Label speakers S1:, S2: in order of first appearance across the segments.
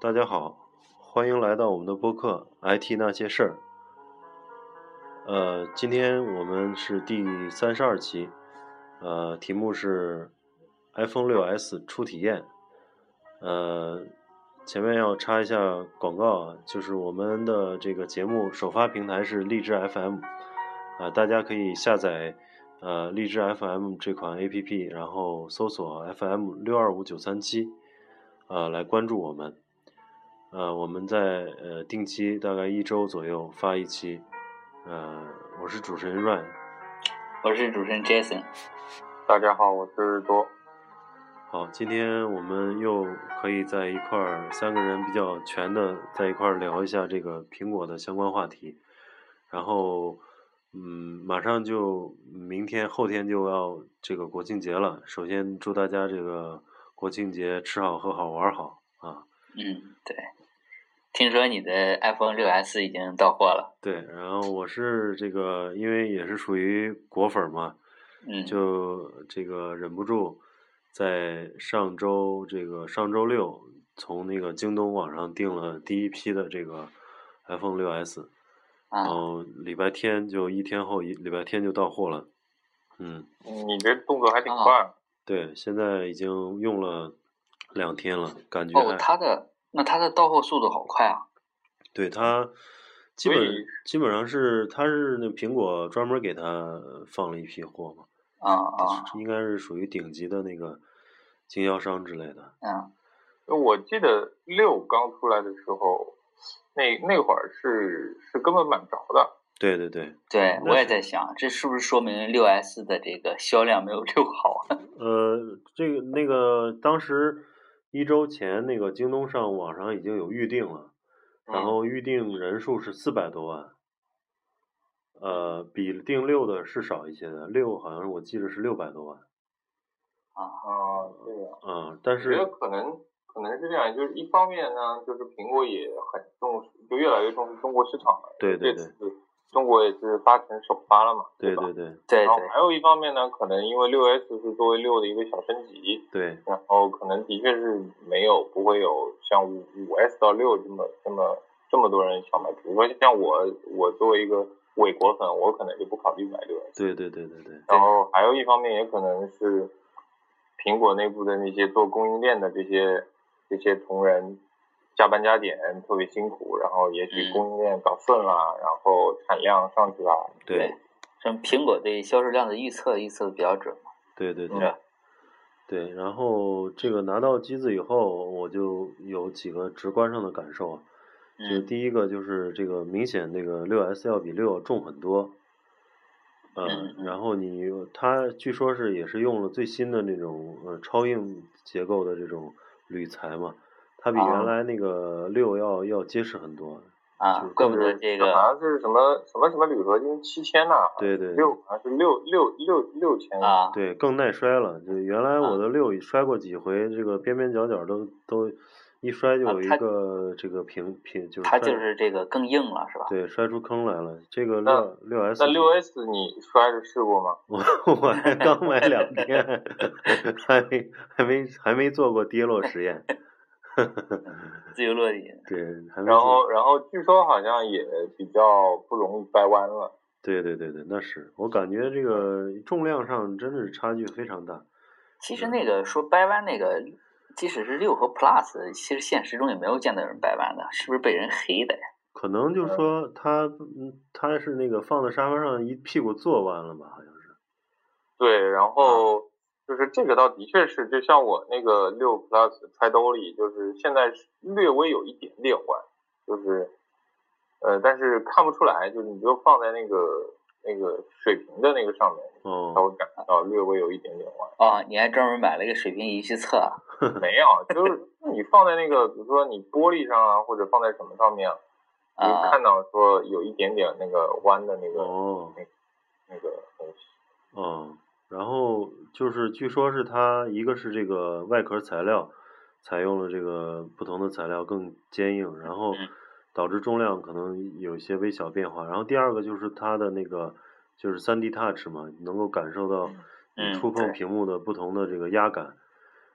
S1: 大家好，欢迎来到我们的播客《IT 那些事儿》。呃，今天我们是第三十二期，呃，题目是 iPhone 六 S 初体验。呃，前面要插一下广告啊，就是我们的这个节目首发平台是荔枝 FM，啊，大家可以下载呃荔枝 FM 这款 APP，然后搜索 FM 六二五九三七，呃，来关注我们。呃，我们在呃定期大概一周左右发一期。呃，我是主持人 Ryan。
S2: 我是主持人 Jason，
S3: 大家好，我是多。
S1: 好，今天我们又可以在一块儿，三个人比较全的在一块儿聊一下这个苹果的相关话题。然后，嗯，马上就明天、后天就要这个国庆节了。首先祝大家这个国庆节吃好、喝好、玩儿好啊！
S2: 嗯，对。听说你的 iPhone 六 S 已经到货了，
S1: 对，然后我是这个，因为也是属于果粉儿嘛，
S2: 嗯，
S1: 就这个忍不住，在上周这个上周六从那个京东网上订了第一批的这个 iPhone 六 S，然
S2: 啊，
S1: 后礼拜天就一天后一礼拜天就到货了，嗯，
S3: 你这动作还
S1: 啊
S3: 挺快，
S1: 对，现在已经用了两天了，感觉
S2: 哦，
S1: 还
S2: 它的那它的到货速度好快啊，
S1: 对它基
S3: 所
S1: 本
S3: 以
S1: 基本上是它是那苹果专门给它放了一批货嘛，
S2: 啊啊，
S1: 应该是属于顶级的那个经销商之类的，
S2: 嗯，
S3: 我记得六刚出来的时候，那那会儿是是根本买不着的。
S1: 对对对。
S2: 对
S1: 那
S2: 我也
S1: 是
S2: 在想，这是不是说明六 S 的这个销量没有六好啊？
S1: 呃，这个那个，当时一周前那个京东上网上已经有预定了，嗯
S3: 哦
S1: 然后预定人数是四百多万，呃，比定六的是少一些的，六好像是我记得是六百多万，
S2: 啊，
S3: 啊，对呀、
S1: 嗯、但
S3: 我觉得
S1: 是
S3: 可能可能是这样，就是一方面呢，就是苹果也很重视，就越来越重视中国市场了。
S1: 对对对
S3: 这次中国也是发成首发了嘛，
S1: 对
S3: 吧？
S1: 对对
S2: 对
S3: 然后
S2: 对，
S3: 还有一方面呢，可能因为六 S 是作为六的一个小升级，
S1: 对
S3: 然后可能的确是没有不会有像五五 S 到六这么这么这么多人想买，只不过像我我作为一个伪国粉，我可能就不考虑买六 S。
S1: 对对对对对，
S3: 然后还有一方面也可能是苹果内部的那些做供应链的这些这些同仁加班加点特别辛苦，然后也许
S2: 嗯
S3: 供应链搞顺了，然后产量上去了，
S1: 对
S2: 什么苹果对销售量的预测预测的比较准嘛，
S1: 对对
S2: 是
S1: 对
S2: 吧？
S1: 对，然后这个拿到机子以后，我就有几个直观上的感受啊，就
S2: 嗯
S1: 第一个就是这个明显那个六 S 要比六重很多，呃，
S2: 嗯嗯
S1: 然后你它据说是也是用了最新的那种呃超硬结构的这种铝材嘛，它比原
S2: 啊
S1: 来那个六要要结实很多，
S2: 啊
S1: 就，
S2: 怪
S1: 或
S2: 不
S1: 者
S2: 得这
S3: 嗯好
S2: 个
S3: 像是什么什么什么铝合金七千呐，
S1: 对对
S3: 六好像是六六六六千
S2: 啊，
S1: 对，更耐摔了。就原来我
S2: 啊
S1: 的六摔过几回，这个边边角角都都一摔就
S2: 啊
S1: 有一
S2: 它
S1: 个这个平平，就是
S2: 它
S1: 摔
S2: 就是这个更硬了，是吧？
S1: 对摔出坑来了。这个
S3: 那
S1: 六六 S
S3: 那六 S 你摔着试过吗？
S1: 我 我还刚买两天，还没还没还没做过跌落实验，
S2: 自由落体，
S1: 对，还没
S3: 然
S1: 做，
S3: 后然后据说好像也比较不容易掰弯了。
S1: 对对对对，那是我感觉这个重量上真的是差距非常大，
S2: 其
S1: 嗯
S2: 实那个说掰弯那个，即使是六和 Plus，其实现实中也没有见到有人掰弯的，是不是被人黑的呀？
S1: 可能就是说它嗯它是那个放在沙发上一屁股坐弯了吧，好像是，
S3: 对，然后就是这个倒的确是，就像我那个六 Plus 揣兜里，就是现在是略微有一点点弯，就是呃，但是看不出来，就是你就放在那个那个水平的那个上面，才
S1: 哦，
S3: 会感觉到略微有一点点弯。
S2: 哦，你还专门买了一个水平仪去测啊，
S3: 没有，就是你放在那个，比如说你玻璃上啊，或者放在什么上面啊，你就
S2: 啊
S3: 看到说有一点点那个弯的那个、
S1: 哦
S3: 那个东西。
S1: 哦，然后就是据说是它一个是这个外壳材料采用了这个不同的材料更坚硬，然后
S2: 嗯
S1: 导致重量可能有一些微小变化。然后第二个就是它的那个就是三 D touch 嘛，能够感受到你
S2: 嗯
S1: 触碰
S2: 对
S1: 屏幕的不同的这个压感。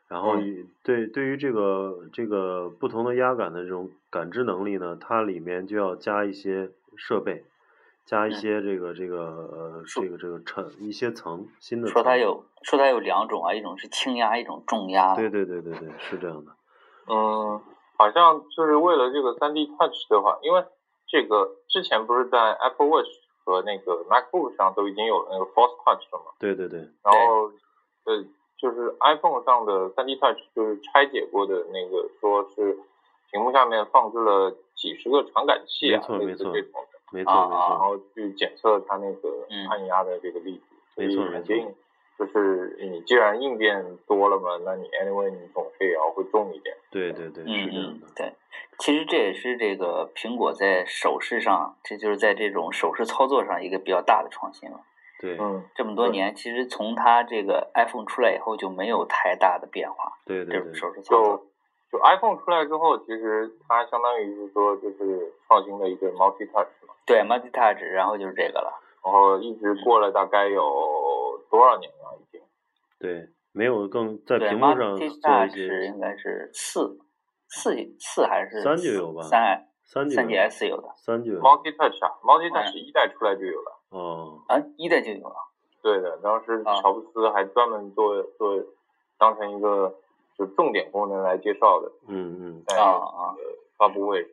S1: 然后
S3: 嗯
S1: 一对对于这个这个不同的压感的这种感知能力呢，它里面就要加一些设备，加一
S2: 嗯
S1: 些这个这个呃
S2: 说
S1: 这个这个层一些层新的层。
S2: 说它有啊说它有两种啊，一种是轻压，一种重压。
S1: 对对对对对，是这样的。
S3: 嗯，好像就是为了这个三 D Touch 的话，因为这个之前不是在 Apple Watch 和那个 MacBook 上都已经有了那个 Force Touch 了嘛，
S1: 对对对，
S3: 然后呃，就是 iPhone 上的三 D Touch 就是拆解过的那个，说是屏幕下面放置了几十个传感器啊，
S1: 没错没
S3: 类似
S1: 错
S3: 这种的，
S1: 没错
S2: 啊
S1: 没
S2: 啊
S3: 然
S1: 错，
S3: 后去检测它那个
S2: 嗯
S3: 按压的这个力度，所
S1: 没
S3: 以
S1: 错没
S3: 肯
S1: 错
S3: 定就是你既然硬件多了嘛，那你 anyway 你总是也要会重一点。
S1: 对对对，
S2: 嗯
S1: 是这样
S2: 嗯
S1: 的，。
S2: 对，其实这也是这个苹果在手势上，这就是在这种手势操作上一个比较大的创新了。
S1: 对
S3: 嗯，
S2: 这么多
S3: 对
S2: 年，其实从它这个 iPhone 出来以后就没有太大的变化，
S1: 对
S2: 这
S1: 对
S2: 种
S1: 对，
S2: 手势操作。
S3: 就就 iPhone 出来之后，其实它相当于是说就是创新的一个 multi touch 嘛，
S2: 对，Multi Touch，然后就是这个了。
S3: 然后一直过了大概有多少年了已经。
S1: 对，没有更在
S2: 对
S1: 屏幕上
S2: ，Multi
S1: 做一
S2: Touch
S1: 些
S2: 应该是四四四还是
S1: 三就有吧
S2: 三
S1: 三就
S2: 三
S1: 有
S2: GS 有的，
S1: 三就有
S3: multi touch 啊，multi touch 一代出来就有了。
S1: 哦，
S2: 啊，一代就有了。
S3: 对的，当时
S2: 啊
S3: 乔布斯还专门做做当成一个就重点功能来介绍的，
S1: 嗯嗯，
S3: 在
S2: 啊啊！
S3: 发布会上。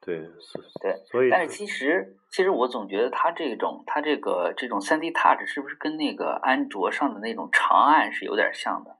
S1: 对，所
S2: 对
S1: 所以
S2: 啊但是其实，其实我总觉得它这种，它这个这种三 D Touch 是不是跟那个安卓上的那种长按是有点像的？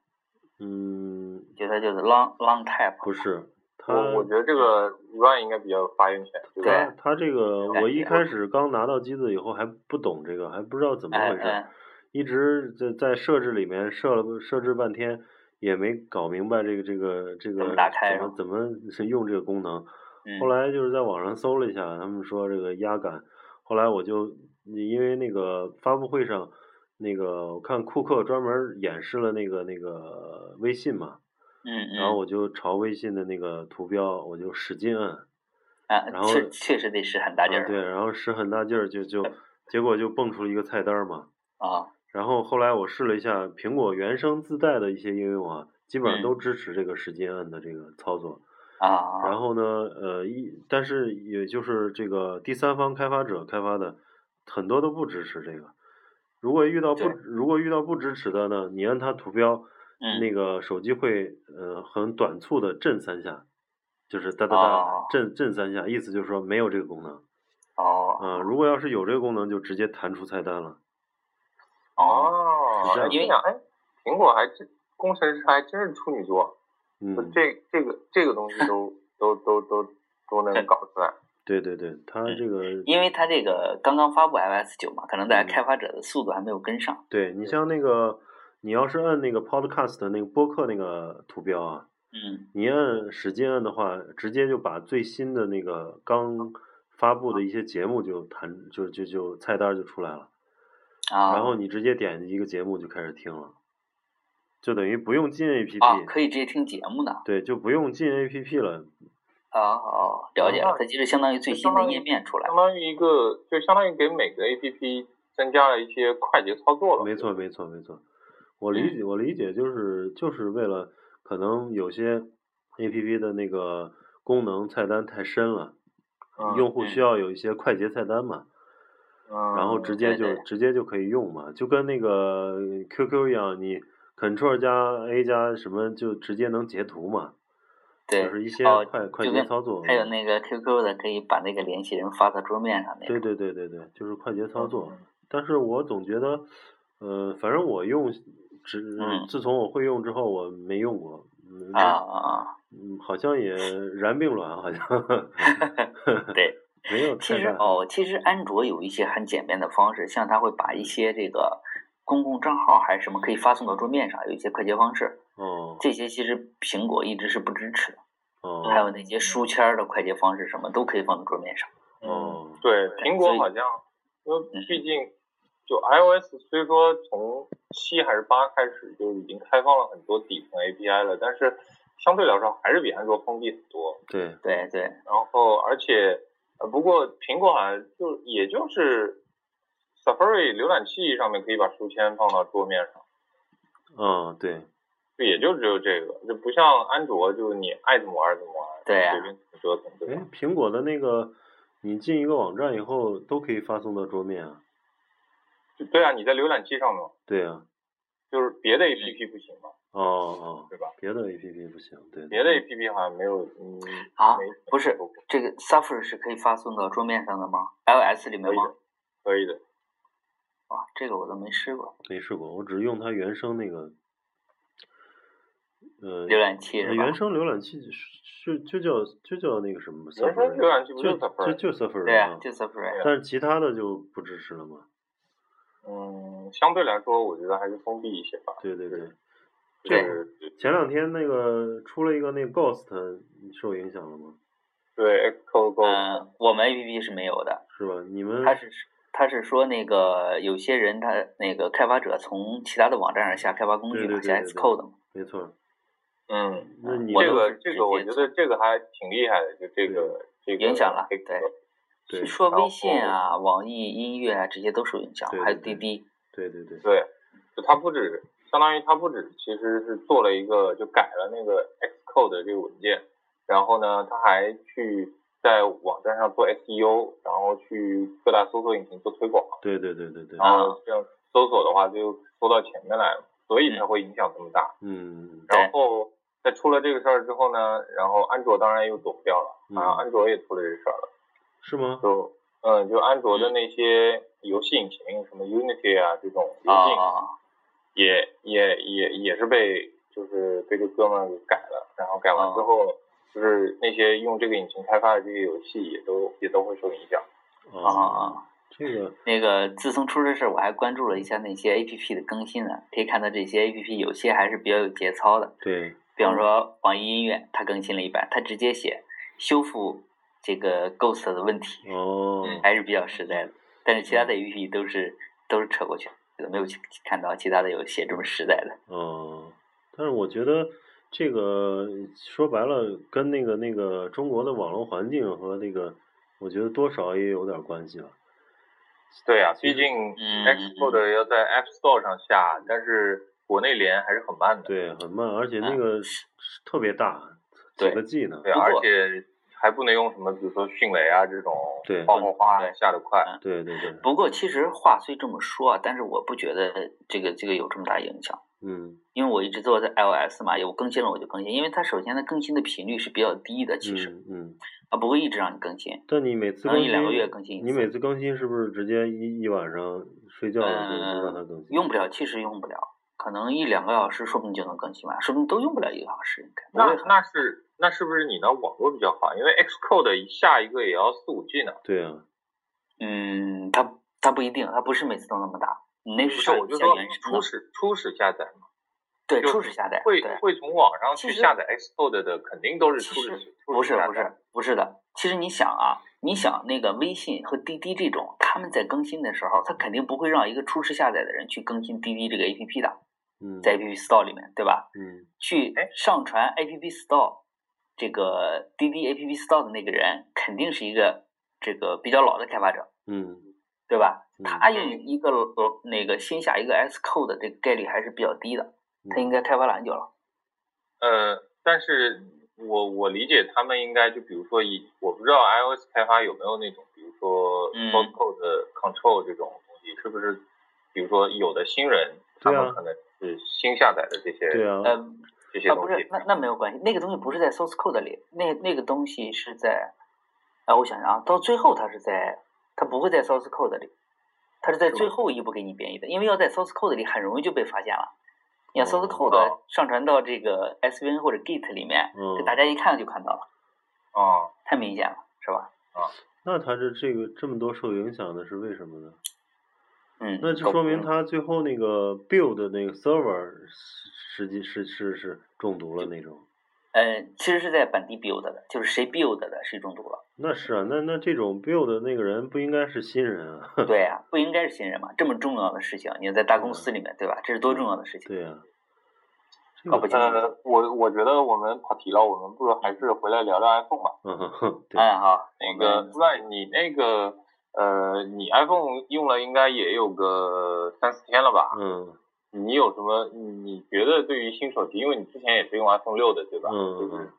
S1: 嗯，
S2: 觉得就是 long long tap，
S1: 不是，它
S3: 我我觉得这个 Ryan 应该比较有发言权，对
S1: 它
S3: 吧？
S2: 对
S1: 它这个，
S2: 感
S1: 我一
S2: 觉
S1: 开始刚拿到机子以后还不懂这个，还不知道怎么
S2: 哎
S1: 回事儿，
S2: 哎，
S1: 一直在在设置里面设了设置半天，也没搞明白这个这个这
S2: 怎
S1: 个
S2: 么打开
S1: 怎么
S2: 啊
S1: 怎么是用这个功能。
S2: 嗯，
S1: 后来就是在网上搜了一下，他们说这个压感，后来我就因为那个发布会上，那个我看库克专门演示了那个那个微信嘛，
S2: 嗯嗯，
S1: 然后我就朝微信的那个图标我就使劲摁，
S2: 啊，
S1: 然后
S2: 确确实得使很大劲
S1: 啊
S2: 儿
S1: 对，然后使很大劲儿就 就结果就蹦出了一个菜单儿嘛，
S2: 啊，
S1: 然后后来我试了一下苹果原生自带的一些应用啊，基本上
S2: 嗯
S1: 都支持这个使劲摁的这个操作。
S2: 啊啊，
S1: 然后呢，呃，一但是也就是这个第三方开发者开发的很多都不支持这个。如果遇到不
S2: 对
S1: 如果遇到不支持的呢，你按它图标，
S2: 嗯
S1: 那个手机会呃很短促的震三下，就是哒哒哒
S2: 哦
S1: 震震三下，意思就是说没有这个功能。啊、
S2: 哦，
S1: 如果要是有这个功能，就直接弹出菜单了。
S2: 哦，
S3: 哦
S1: 是这样，
S2: 因为
S3: 你想，哎，苹果还真工程师还真是处女座，
S1: 嗯，
S3: 这这个这个东西 都都都都都能搞出来。
S1: 对对对，它
S2: 嗯
S1: 这个
S2: 因为它这个刚刚发布 iOS 九嘛，可能大
S1: 嗯
S2: 家开发者的速度还没有跟上，
S1: 对你像那个，你要是按那个 Podcast 的那个播客那个图标啊，
S2: 嗯
S1: 你按使劲按的话，直接就把最新的那个刚发布的一些节目就弹就就就菜单就出来了，
S2: 啊，
S1: 然后你直接点一个节目就开始听了，就等于不用进
S2: 啊
S1: APP，
S2: 可以直接听节目呢，
S1: 对，就不用进 APP 了，
S2: 啊哦，了解了，它其实相当于最新的页面出来
S3: 相，当于一个，就相当于给每个 APP 增加了一些快捷操作了。
S1: 没错，没错，没错。我
S2: 嗯
S1: 理解，我理解就是就是为了可能有些 A P P 的那个功能菜单太深了，
S3: 嗯
S1: 用户
S2: 嗯
S1: 需要有一些快捷菜单嘛，
S3: 嗯，
S1: 然后直接
S2: 对
S1: 就
S2: 对
S1: 直接就可以用嘛，就跟那个 Q Q 一样，你 Ctrl 加 A 加什么就直接能截图嘛，
S2: 对
S1: 就，是一些
S2: 哦
S1: 快快
S2: 就
S1: 捷
S2: 跟
S1: 操作。
S2: 还有那个 QQ 的可以把那个联系人发到桌面上那
S1: 对对
S2: 种，
S1: 对对对，就是快捷操作。
S3: 嗯
S1: 但是我总觉得，呃，反正我用，只
S2: 嗯
S1: 自从我会用之后，我没用过。嗯
S2: 啊，啊
S1: 嗯，好像也然并卵，好像
S2: 啊， 对。
S1: 没有
S2: 其
S1: 太
S2: 实
S1: 大。
S2: 哦，其实安卓有一些很简便的方式，像它会把一些这个公共账号还是什么可以发送到桌面上，有一些快捷方式。
S1: 哦
S2: 这些其实苹果一直是不支持的，还
S1: 哦
S2: 有那些书签儿的快捷方式，什么都可以放到桌面上。
S3: 嗯
S1: 哦，
S2: 嗯
S3: 对，苹果好像，因为毕竟就 iOS 虽说从七还是八开始就已经开放了很多底层 API 了，但是相对来说还是比安卓封闭很多。
S1: 对，
S2: 对对，
S3: 然后而且，呃，不过苹果好像就也就是 Safari 浏览器上面可以把书签放到桌面上，
S1: 嗯对，
S3: 就也就只有这个，就不像安卓，就是你爱怎么玩怎么玩，
S2: 对啊呀嗯
S3: 随便怎么折腾，对吧？
S1: 哎，苹果的那个，你进一个网站以后都可以发送到桌面啊。
S3: 就对啊，你在浏览器上面，
S1: 对啊，
S3: 就是别
S2: 嗯
S3: 的 APP 不行嘛，
S1: 哦哦，
S3: 对吧？
S1: 别的 APP 不行，对。
S3: 别的 APP 好像没有，嗯，
S2: 啊
S3: 没
S2: 不是
S3: 可以
S2: 这个 Safari 是可以发送到桌面上的吗？iOS 里面吗
S3: 的？，可以的，
S2: 啊，这个我都没试过。
S1: 没试过，我只用它原生那个，呃，
S2: 浏览器
S1: 呃
S2: 是吧
S1: 原？生浏览器是就叫就叫那个什么
S3: 原生
S1: Safari，
S3: 浏览器不
S1: 就
S3: 就 Safari
S1: 就就 Safari
S2: 对啊呀
S1: 吗，
S2: 就 Safari。
S1: 但是其他的就不支持了嘛。
S3: 嗯，相对来说，我觉得还是封闭一些吧。
S1: 对对对，
S3: 就
S2: 对
S3: 是对
S1: 前两天那个出了一个那个 Ghost，你受影响了吗？
S3: 对 Echo Go，
S2: 嗯，我们 APP 是没有的，
S1: 是吧？你们
S2: 他是他是说那个有些人他那个开发者从其他的网站上下开发工
S1: 对
S2: 具
S1: 对
S2: 嘛，
S1: 对
S2: 下
S1: 对对
S2: Xcode 嘛，
S1: 没错儿，
S3: 嗯，
S1: 那你
S2: 我
S3: 这
S1: 们
S2: 都
S3: 个
S2: 是
S3: 这
S2: 直
S3: 个我
S2: 接
S3: 觉得这个还挺厉害的，就这个这个
S2: 影响了
S3: Echo
S2: 对
S3: Go
S1: 对
S2: 是说
S3: 然后
S2: 微信啊、网易音乐啊这些都受影响
S1: 对，对
S2: 还有
S1: 对
S2: 滴滴。
S1: 对对对，
S3: 对，就它不止，相当于它不止，其实是做了一个，就改了那个 Xcode 的这个文件，然后呢，它还去在网站上做 SEO，然后去各大搜索引擎做推广，
S1: 对对对对对，
S2: 哦
S3: 然后这样搜索的话就搜到前面来了，所以才会影响这么大。
S1: 嗯，
S2: 对
S3: 然后在出了这个事儿之后呢，然后安卓当然又躲不掉
S1: 嗯
S3: 了，啊，安卓也出了这事儿了，
S1: 是吗？
S3: 就嗯，就安卓的那些游戏引擎，什么 Unity 啊这种游
S2: 啊
S3: 戏引擎。
S2: 啊，
S3: 也也也也是被就是被这哥们儿给改了，然后改完之后，就是那些用这个引擎开发的这些游戏也都也都会受影响。
S2: 啊啊
S1: 哦，这个
S2: 那个自从出这事儿，我还关注了一下那些 A P P 的更新呢，可以看到这些 A P P 有些还是比较有节操的，
S1: 对，
S2: 比方说网易音乐，它更新了一版，它直接写修复这个 Ghost 的问题，
S1: 哦，
S2: 还嗯是比较实在的。但是其他的 A P P 都是都是扯过去的，没有去看到其他的有写这么实在的。
S1: 哦，但是我觉得这个说白了，跟那个那个中国的网络环境和那个，我觉得多少也有点关系吧。
S3: 对啊，
S1: 其实
S3: 毕竟
S2: 嗯
S3: Xcode 要在 App Store 上下，但是国内连还是很慢的。
S1: 对，很慢，而且那
S2: 嗯
S1: 个是是特别大，几
S2: 对
S1: 个 G 呢？
S3: 对，
S2: 不
S3: 而
S2: 过
S3: 且还不能用什么，比如说迅雷啊这种
S1: 对，
S3: 哗哗哗
S2: 对
S3: 啊下的快。
S2: 嗯
S1: 对对对，
S2: 不过其实话虽这么说啊，但是我不觉得这个这个有这么大影响。
S1: 嗯
S2: 因为我一直都在 iOS 嘛，有更新了我就更新，因为它首先它更新的频率是比较低的，其实、
S1: 嗯嗯。
S2: 它不会一直让你更新，
S1: 但你每次
S2: 可
S1: 更
S2: 能
S1: 新，
S2: 一两个月更新一
S1: 你每
S2: 次。
S1: 次更新是不是直接一一晚上睡觉了就就让它更新？
S2: 呃用不了，其实用不了，可能一两个小时，说不定就能更新完，说不定都用不了一个小时，应该。
S3: 那
S2: 我也很
S3: 那是那是不是你的网络比较好？因为 Xcode 下一个也要四五 G 呢。
S1: 对啊，
S2: 嗯，它它不一定，它不是每次都那么大。你那
S3: 不是，
S2: 是
S3: 我就
S2: 叫
S3: 说
S2: 原生
S3: 初
S2: 的，
S3: 始初始下载嘛。
S2: 对，
S3: 就
S2: 初始下载，
S3: 会
S2: 对，
S3: 会从网上去
S2: 其实
S3: 下载 Xcode 的，肯定都是
S2: 其
S3: 初始
S2: 实
S3: 初始
S2: 不是
S3: 下
S2: 不
S3: 载
S2: 是不是的。其实你想啊，你想那个微信和滴滴这种，他们在更新的时候，他肯定不会让一个初始下载的人去更新滴滴这个 APP 的。
S1: 嗯
S2: 在 App Store 里面，对吧？
S1: 嗯
S2: 去
S3: 哎
S2: 上传 App Store 这个滴滴 App Store 的那个人，肯定是一个这个比较老的开发者，
S1: 嗯
S2: 对吧？
S1: 嗯
S2: 他用一个呃那个新下一个 S Code 的这个概率还是比较低的，他应
S1: 嗯，
S2: 该开发了很久了。
S3: 呃，但是我我理解他们应该就比如说以我不知道 iOS 开发有没有那种，比如说
S2: 嗯
S3: source code control 这种东西，是不是？比如说有的新人，他
S1: 对啊
S3: 们可能是新下载的这些、
S1: 对啊，
S2: 呃，
S3: 这些
S2: 啊，
S3: 东
S2: 不
S3: 西
S2: 是，，那那没有关系，那个东西不是在 Source Code 里，那那个东西是在，啊，我想想啊，到最后它是在，它不会在 Source Code 里，它是在
S3: 吗
S2: 最后一步给你编译的，因为要在 Source Code 里很容易就被发现了。你看 Source
S1: 哦
S2: Code 上传到这个 SVN 或者 Git 里面，
S1: 嗯
S2: 这大家一看就看到了，
S3: 啊、
S2: 太明显了，是吧？
S1: 那他这这个这么多受影响的是为什么呢？
S2: 嗯，
S1: 那就说明
S3: 懂
S1: 他最后那个 build 的那个 server 实际是是是中毒了那种。
S2: 呃，其实是在本地 build 的，就是谁 build 的谁 中毒了。
S1: 那是啊，那那这种 build 的那个人不应该是新人啊。
S2: 对呀、不应该是新人嘛，这么重要的事情，你在大公司里面，对吧？这是多重要的事情。
S1: 嗯对呀、这
S2: 搞
S1: 个
S2: 不清
S1: 很
S3: 呃，我我觉得我们跑题了，我们不如还是回来聊聊 iPhone 吧。
S1: 嗯哼， 对，
S2: 嗯，好，
S3: 那
S2: 我
S3: 个
S2: 们
S3: Ryan，你那个呃，你 iPhone 用了应该也有个三四天了吧？
S1: 嗯，
S3: 你有什么？你觉得对于新手机，因为你之前也是用 iPhone 六的，对吧？
S1: 嗯
S3: 就
S1: 嗯
S3: 是，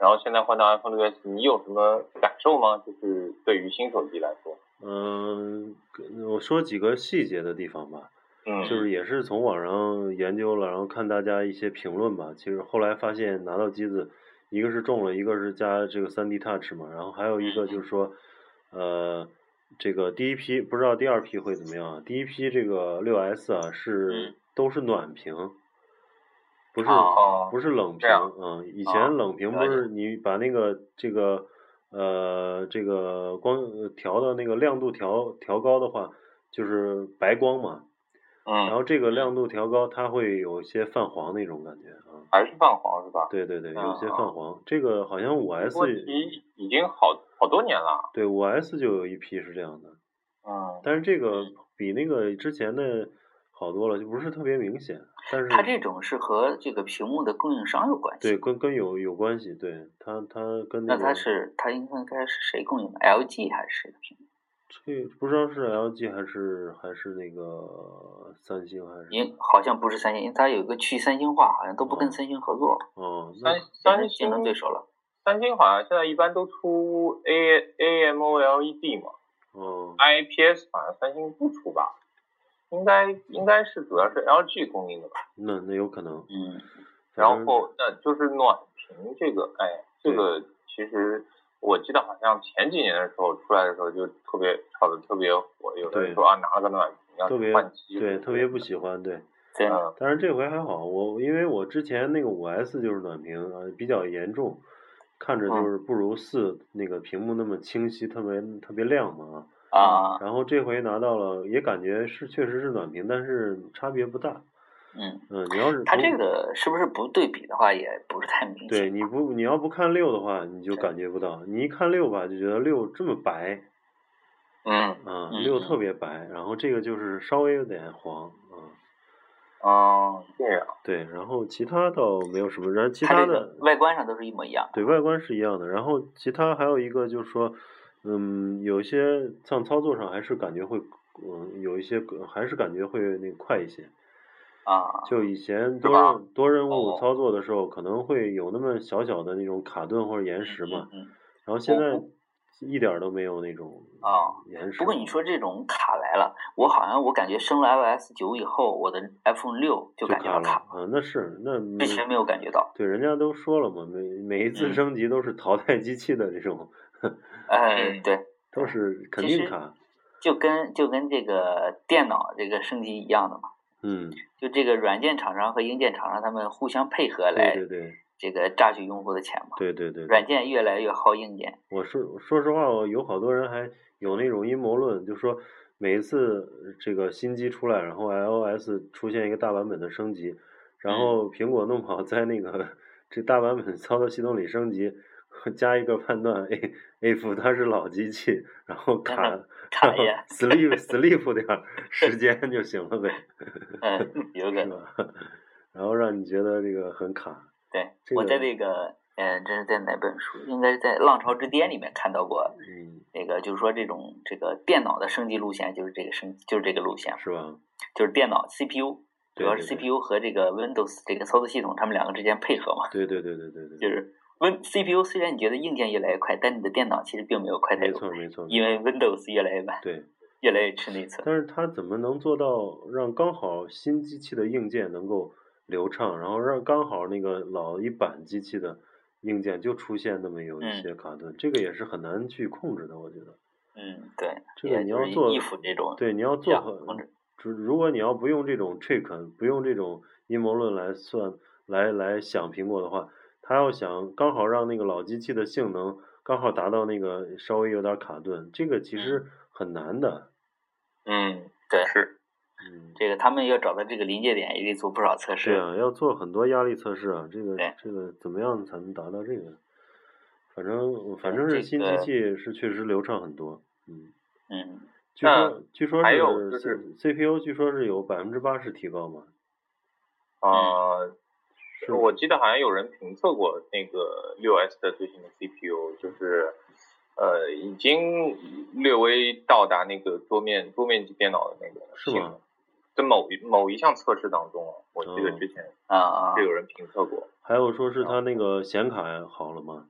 S3: 然后现在换到 iPhone 六 S，你有什么感受吗？就是对于新手机来说，
S1: 嗯，跟我说几个细节的地方吧，
S3: 嗯，
S1: 就是也是从网上研究了，然后看大家一些评论吧。其实后来发现拿到机子，一个是中了，一个是加这个三 D Touch 嘛，然后还有一个
S3: 嗯
S1: 就是说，呃，这个第一批不知道第二批会怎么样啊？第一批这个六 S 啊是
S3: 嗯
S1: 都是暖屏，不是
S3: 啊
S2: 哦
S1: 不是冷屏
S3: 这样，
S1: 嗯，以
S3: 啊
S1: 前冷屏不
S3: 了解
S1: 是你把那个这个呃这个光呃调到那个亮度调调高的话，就是白光嘛，然
S3: 嗯，
S1: 后这个亮度调高，它会有一些泛黄那种感觉啊。
S3: 还是泛黄是吧？
S1: 对对对，有些
S3: 啊
S1: 泛黄。这个好像五 S
S3: 波奇已经好好多年了，
S1: 对五 S 就有一批是这样的，
S3: 嗯，
S1: 但是这个比那个之前的好多了，就不是特别明显。但是
S2: 它这种是和这个屏幕的供应商有关系。
S1: 对跟跟有有关系，对它它跟
S2: 那
S1: 个
S2: 它是它应该是谁供应的？LG 还是谁的屏幕？
S1: 这不知道是 LG 还是还是那个三星还是
S2: 因好像不是三星，因为它有一个去三星化，好像都不
S1: 嗯
S2: 跟三星合作，
S1: 哦那
S3: 三
S2: 变成
S3: 三
S2: 竞
S3: 星
S2: 争对手了。
S3: 三星好像现在一般都出 A A M O L E D 嘛
S1: 哦
S3: ，IPS 好像三星不出吧，应该应该是主要是 LG 供应的吧。
S1: 那那有可能，
S2: 嗯，
S1: 反
S3: 然
S1: 正
S3: 后那就是暖屏这个，哎，这个其实我记得好像前几年的时候出来的时候就特别炒的特别火，有
S1: 对
S3: 人说啊拿了个暖屏要
S1: 特别
S3: 换机，
S1: 对特别不喜欢对。
S2: 对，
S3: 嗯
S1: 但是这回还好，我因为我之前那个五 S 就是暖屏，呃，比较严重，看着
S2: 嗯
S1: 就是不如四那个屏幕那么清晰，特别特别亮嘛
S2: 啊
S1: 啊。，然后这回拿到了，也感觉是确实是暖屏，但是差别不大。
S2: 嗯，
S1: 嗯，你要是
S2: 它
S1: 不
S2: 这个是不是不对比的话，也不是太明显。
S1: 对你不你要不看六的话，你就
S2: 对
S1: 感觉不到。你一看六吧，就觉得六这么白，
S3: 嗯
S1: 啊，
S2: 嗯
S1: 六
S2: 嗯
S1: 特别白，然后这个就是稍微有点黄，啊，
S3: 哦这样，
S1: 对，然后其他倒没有什么，然后其
S2: 它
S1: 他
S2: 这
S1: 的
S2: 个外观上都是一模一样的。
S1: 对外观是一样的，然后其他还有一个就是说，嗯，有一些像操作上还是感觉会，嗯，有一些呃还是感觉会那个快一些。
S2: 啊，
S1: 就以前多
S3: 吧
S1: 任多任务
S3: 哦
S1: 操作的时候，可能会有那么小小的那种卡顿或者延时嘛，
S2: 嗯，嗯
S1: 然后现在
S3: 我
S1: 一点儿都没有那种
S2: 哦
S1: 延时。
S2: 不过你说这种卡来了，我好像我感觉升了 iOS 九以后，我的 iPhone 六就
S1: 就
S2: 感觉到
S1: 卡了
S2: 卡，
S1: 啊，那是那没
S2: 之前没有感觉到。
S1: 对，人家都说了嘛，每每一次
S2: 嗯
S1: 升级都是淘汰机器的这种，
S2: 哎，
S3: 嗯
S2: 对，
S1: 都是肯
S2: 其
S1: 定
S2: 实
S1: 卡。
S2: 就跟就跟这个电脑这个升级一样的嘛，
S1: 嗯，
S2: 就这个软件厂商和硬件厂商他们互相配合
S1: 对
S2: 来
S1: 对对
S2: 这个榨取用户的钱嘛。
S1: 对对对对。
S2: 软件越来越耗硬件，
S1: 我说说实话，我有好多人还有那种阴谋论，就说每一次这个新机出来，然后 iOS 出现一个大版本的升级，
S2: 嗯
S1: 然后苹果弄不好在那个这大版本操作系统里升级，加一个判断 A A f 它是老机器，然后卡
S2: 然
S1: 然后
S2: 卡一下
S1: sleep sleep 点 儿时间就行了呗，
S2: 嗯，有可
S1: 是
S2: 能。
S1: 吧？然后让你觉得这个很卡，
S2: 对，
S1: 这
S2: 我在
S1: 个
S2: 这个，呃，这是在哪本书？应该是在《浪潮之巅》里面看到过，
S1: 嗯，
S2: 那个就是说这种这个电脑的升级路线就是这个升就是这个路线，
S1: 是吧？
S2: 就是电脑 CPU 主
S1: 对
S2: 要
S1: 对
S2: 是
S1: 对
S2: CPU 和这个 Windows 这个操作系统它们两个之间配合嘛，
S1: 对对对对对对，
S2: 就是 Win CPU 虽然你觉得硬件越来越快，但你的电脑其实并没有快太
S1: 没
S2: 多，
S1: 错没错，
S2: 因为 Windows 越来越慢，
S1: 对。
S2: 越来越吃内存。
S1: 但是它怎么能做到让刚好新机器的硬件能够流畅，然后让刚好那个老一版机器的硬件就出现那么有一
S2: 嗯
S1: 些卡顿？这个也是很难去控制的，我觉得。
S2: 嗯，对，
S1: 这个
S2: 也
S1: 你
S2: 就
S1: 要
S2: 是
S1: 做
S2: 依附这种，
S1: 对，你要
S2: 这
S1: 做
S2: 样
S1: 很
S2: 控制，
S1: 只如果你要不用这种 trick，不用这种阴谋论来算来来想苹果的话，它要想刚好让那个老机器的性能刚好达到那个稍微有点卡顿，这个其实很难的。
S3: 嗯
S2: 对
S3: 是
S1: 嗯，
S2: 这个他们要找到这个临界点，也得做不少测试。
S1: 对啊，要做很多压力测试啊，这个
S2: 对
S1: 这个怎么样才能达到这个？反正反正
S2: 这
S1: 是新机
S2: 个
S1: 器是确实流畅很多，嗯，
S2: 嗯，
S1: 据
S3: 那
S1: 说据说
S3: 还有就是
S1: C CPU 据说是有百分之八十提高嘛，
S3: 啊。
S1: 呃是
S3: 我记得好像有人评测过那个六 S 的最新的 CPU，就是呃已经略微到达那个桌面桌面级电脑的那个
S1: 是
S3: 性
S1: 吗
S3: 能？在某一某一项测试当中啊，我记得
S1: 哦
S3: 之前
S2: 啊啊
S3: 是有人评测过，
S1: 还有说是它
S3: 哦
S1: 那个显卡好了吗？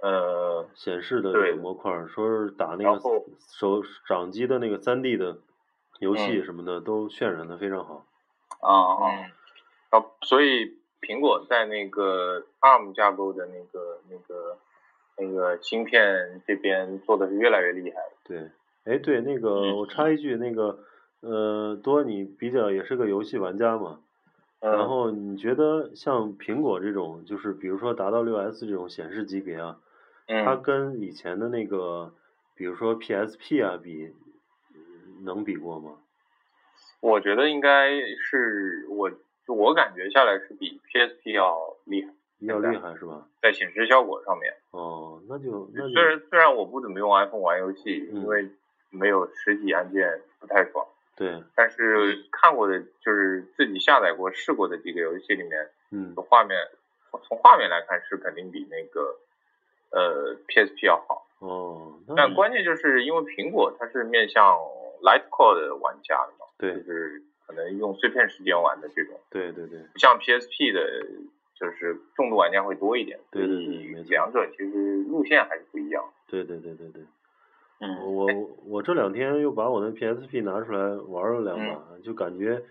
S3: 呃，
S1: 显示的
S3: 对
S1: 这个模块儿，说是打那
S3: 然
S1: 个
S3: 后
S1: 手掌机的那个三 D 的游戏
S3: 嗯
S1: 什么的，都渲染的非常好。
S2: 啊啊
S3: 嗯，然后所以苹果在那个 ARM 架构的那个那个那个芯片这边做的是越来越厉害了。
S1: 对，哎，对，那个
S3: 嗯
S1: 我插一句，那个呃，多你比较也是个游戏玩家嘛，
S3: 嗯
S1: 然后你觉得像苹果这种，就是比如说达到六 S 这种显示级别啊，它
S3: 嗯，
S1: 跟以前的那个，比如说 PSP 啊比，能比过吗？
S3: 我觉得应该是我就我感觉下来是比 PSP 要厉害，
S1: 要
S3: 现在
S1: 厉害是吧？
S3: 在显示效果上面。
S1: 哦，那就那
S3: 虽
S1: 就
S3: 然虽然我不怎么用 iPhone 玩游戏，
S1: 嗯
S3: 因为没有实体按键不太爽，
S1: 对，
S3: 但是看过的就是自己下载过试过的几个游戏里面，
S1: 嗯，
S3: 画面从画面来看是肯定比那个呃 PSP 要好。
S1: 哦，那
S3: 但关键就是因为苹果它是面向 Litecore 的玩家的嘛，就
S1: 对
S3: 是可能用碎片时间玩的这种，
S1: 对对对，
S3: 不像 PSP 的，就是重度玩家会多一点。
S1: 对对对
S3: 所以
S1: 没错
S3: 两者其实路线还是不一样。
S1: 对对对对对，我
S2: 嗯，
S1: 我
S3: 哎
S1: 我这两天又把我的 PSP 拿出来玩了两
S3: 嗯
S1: 把，就感觉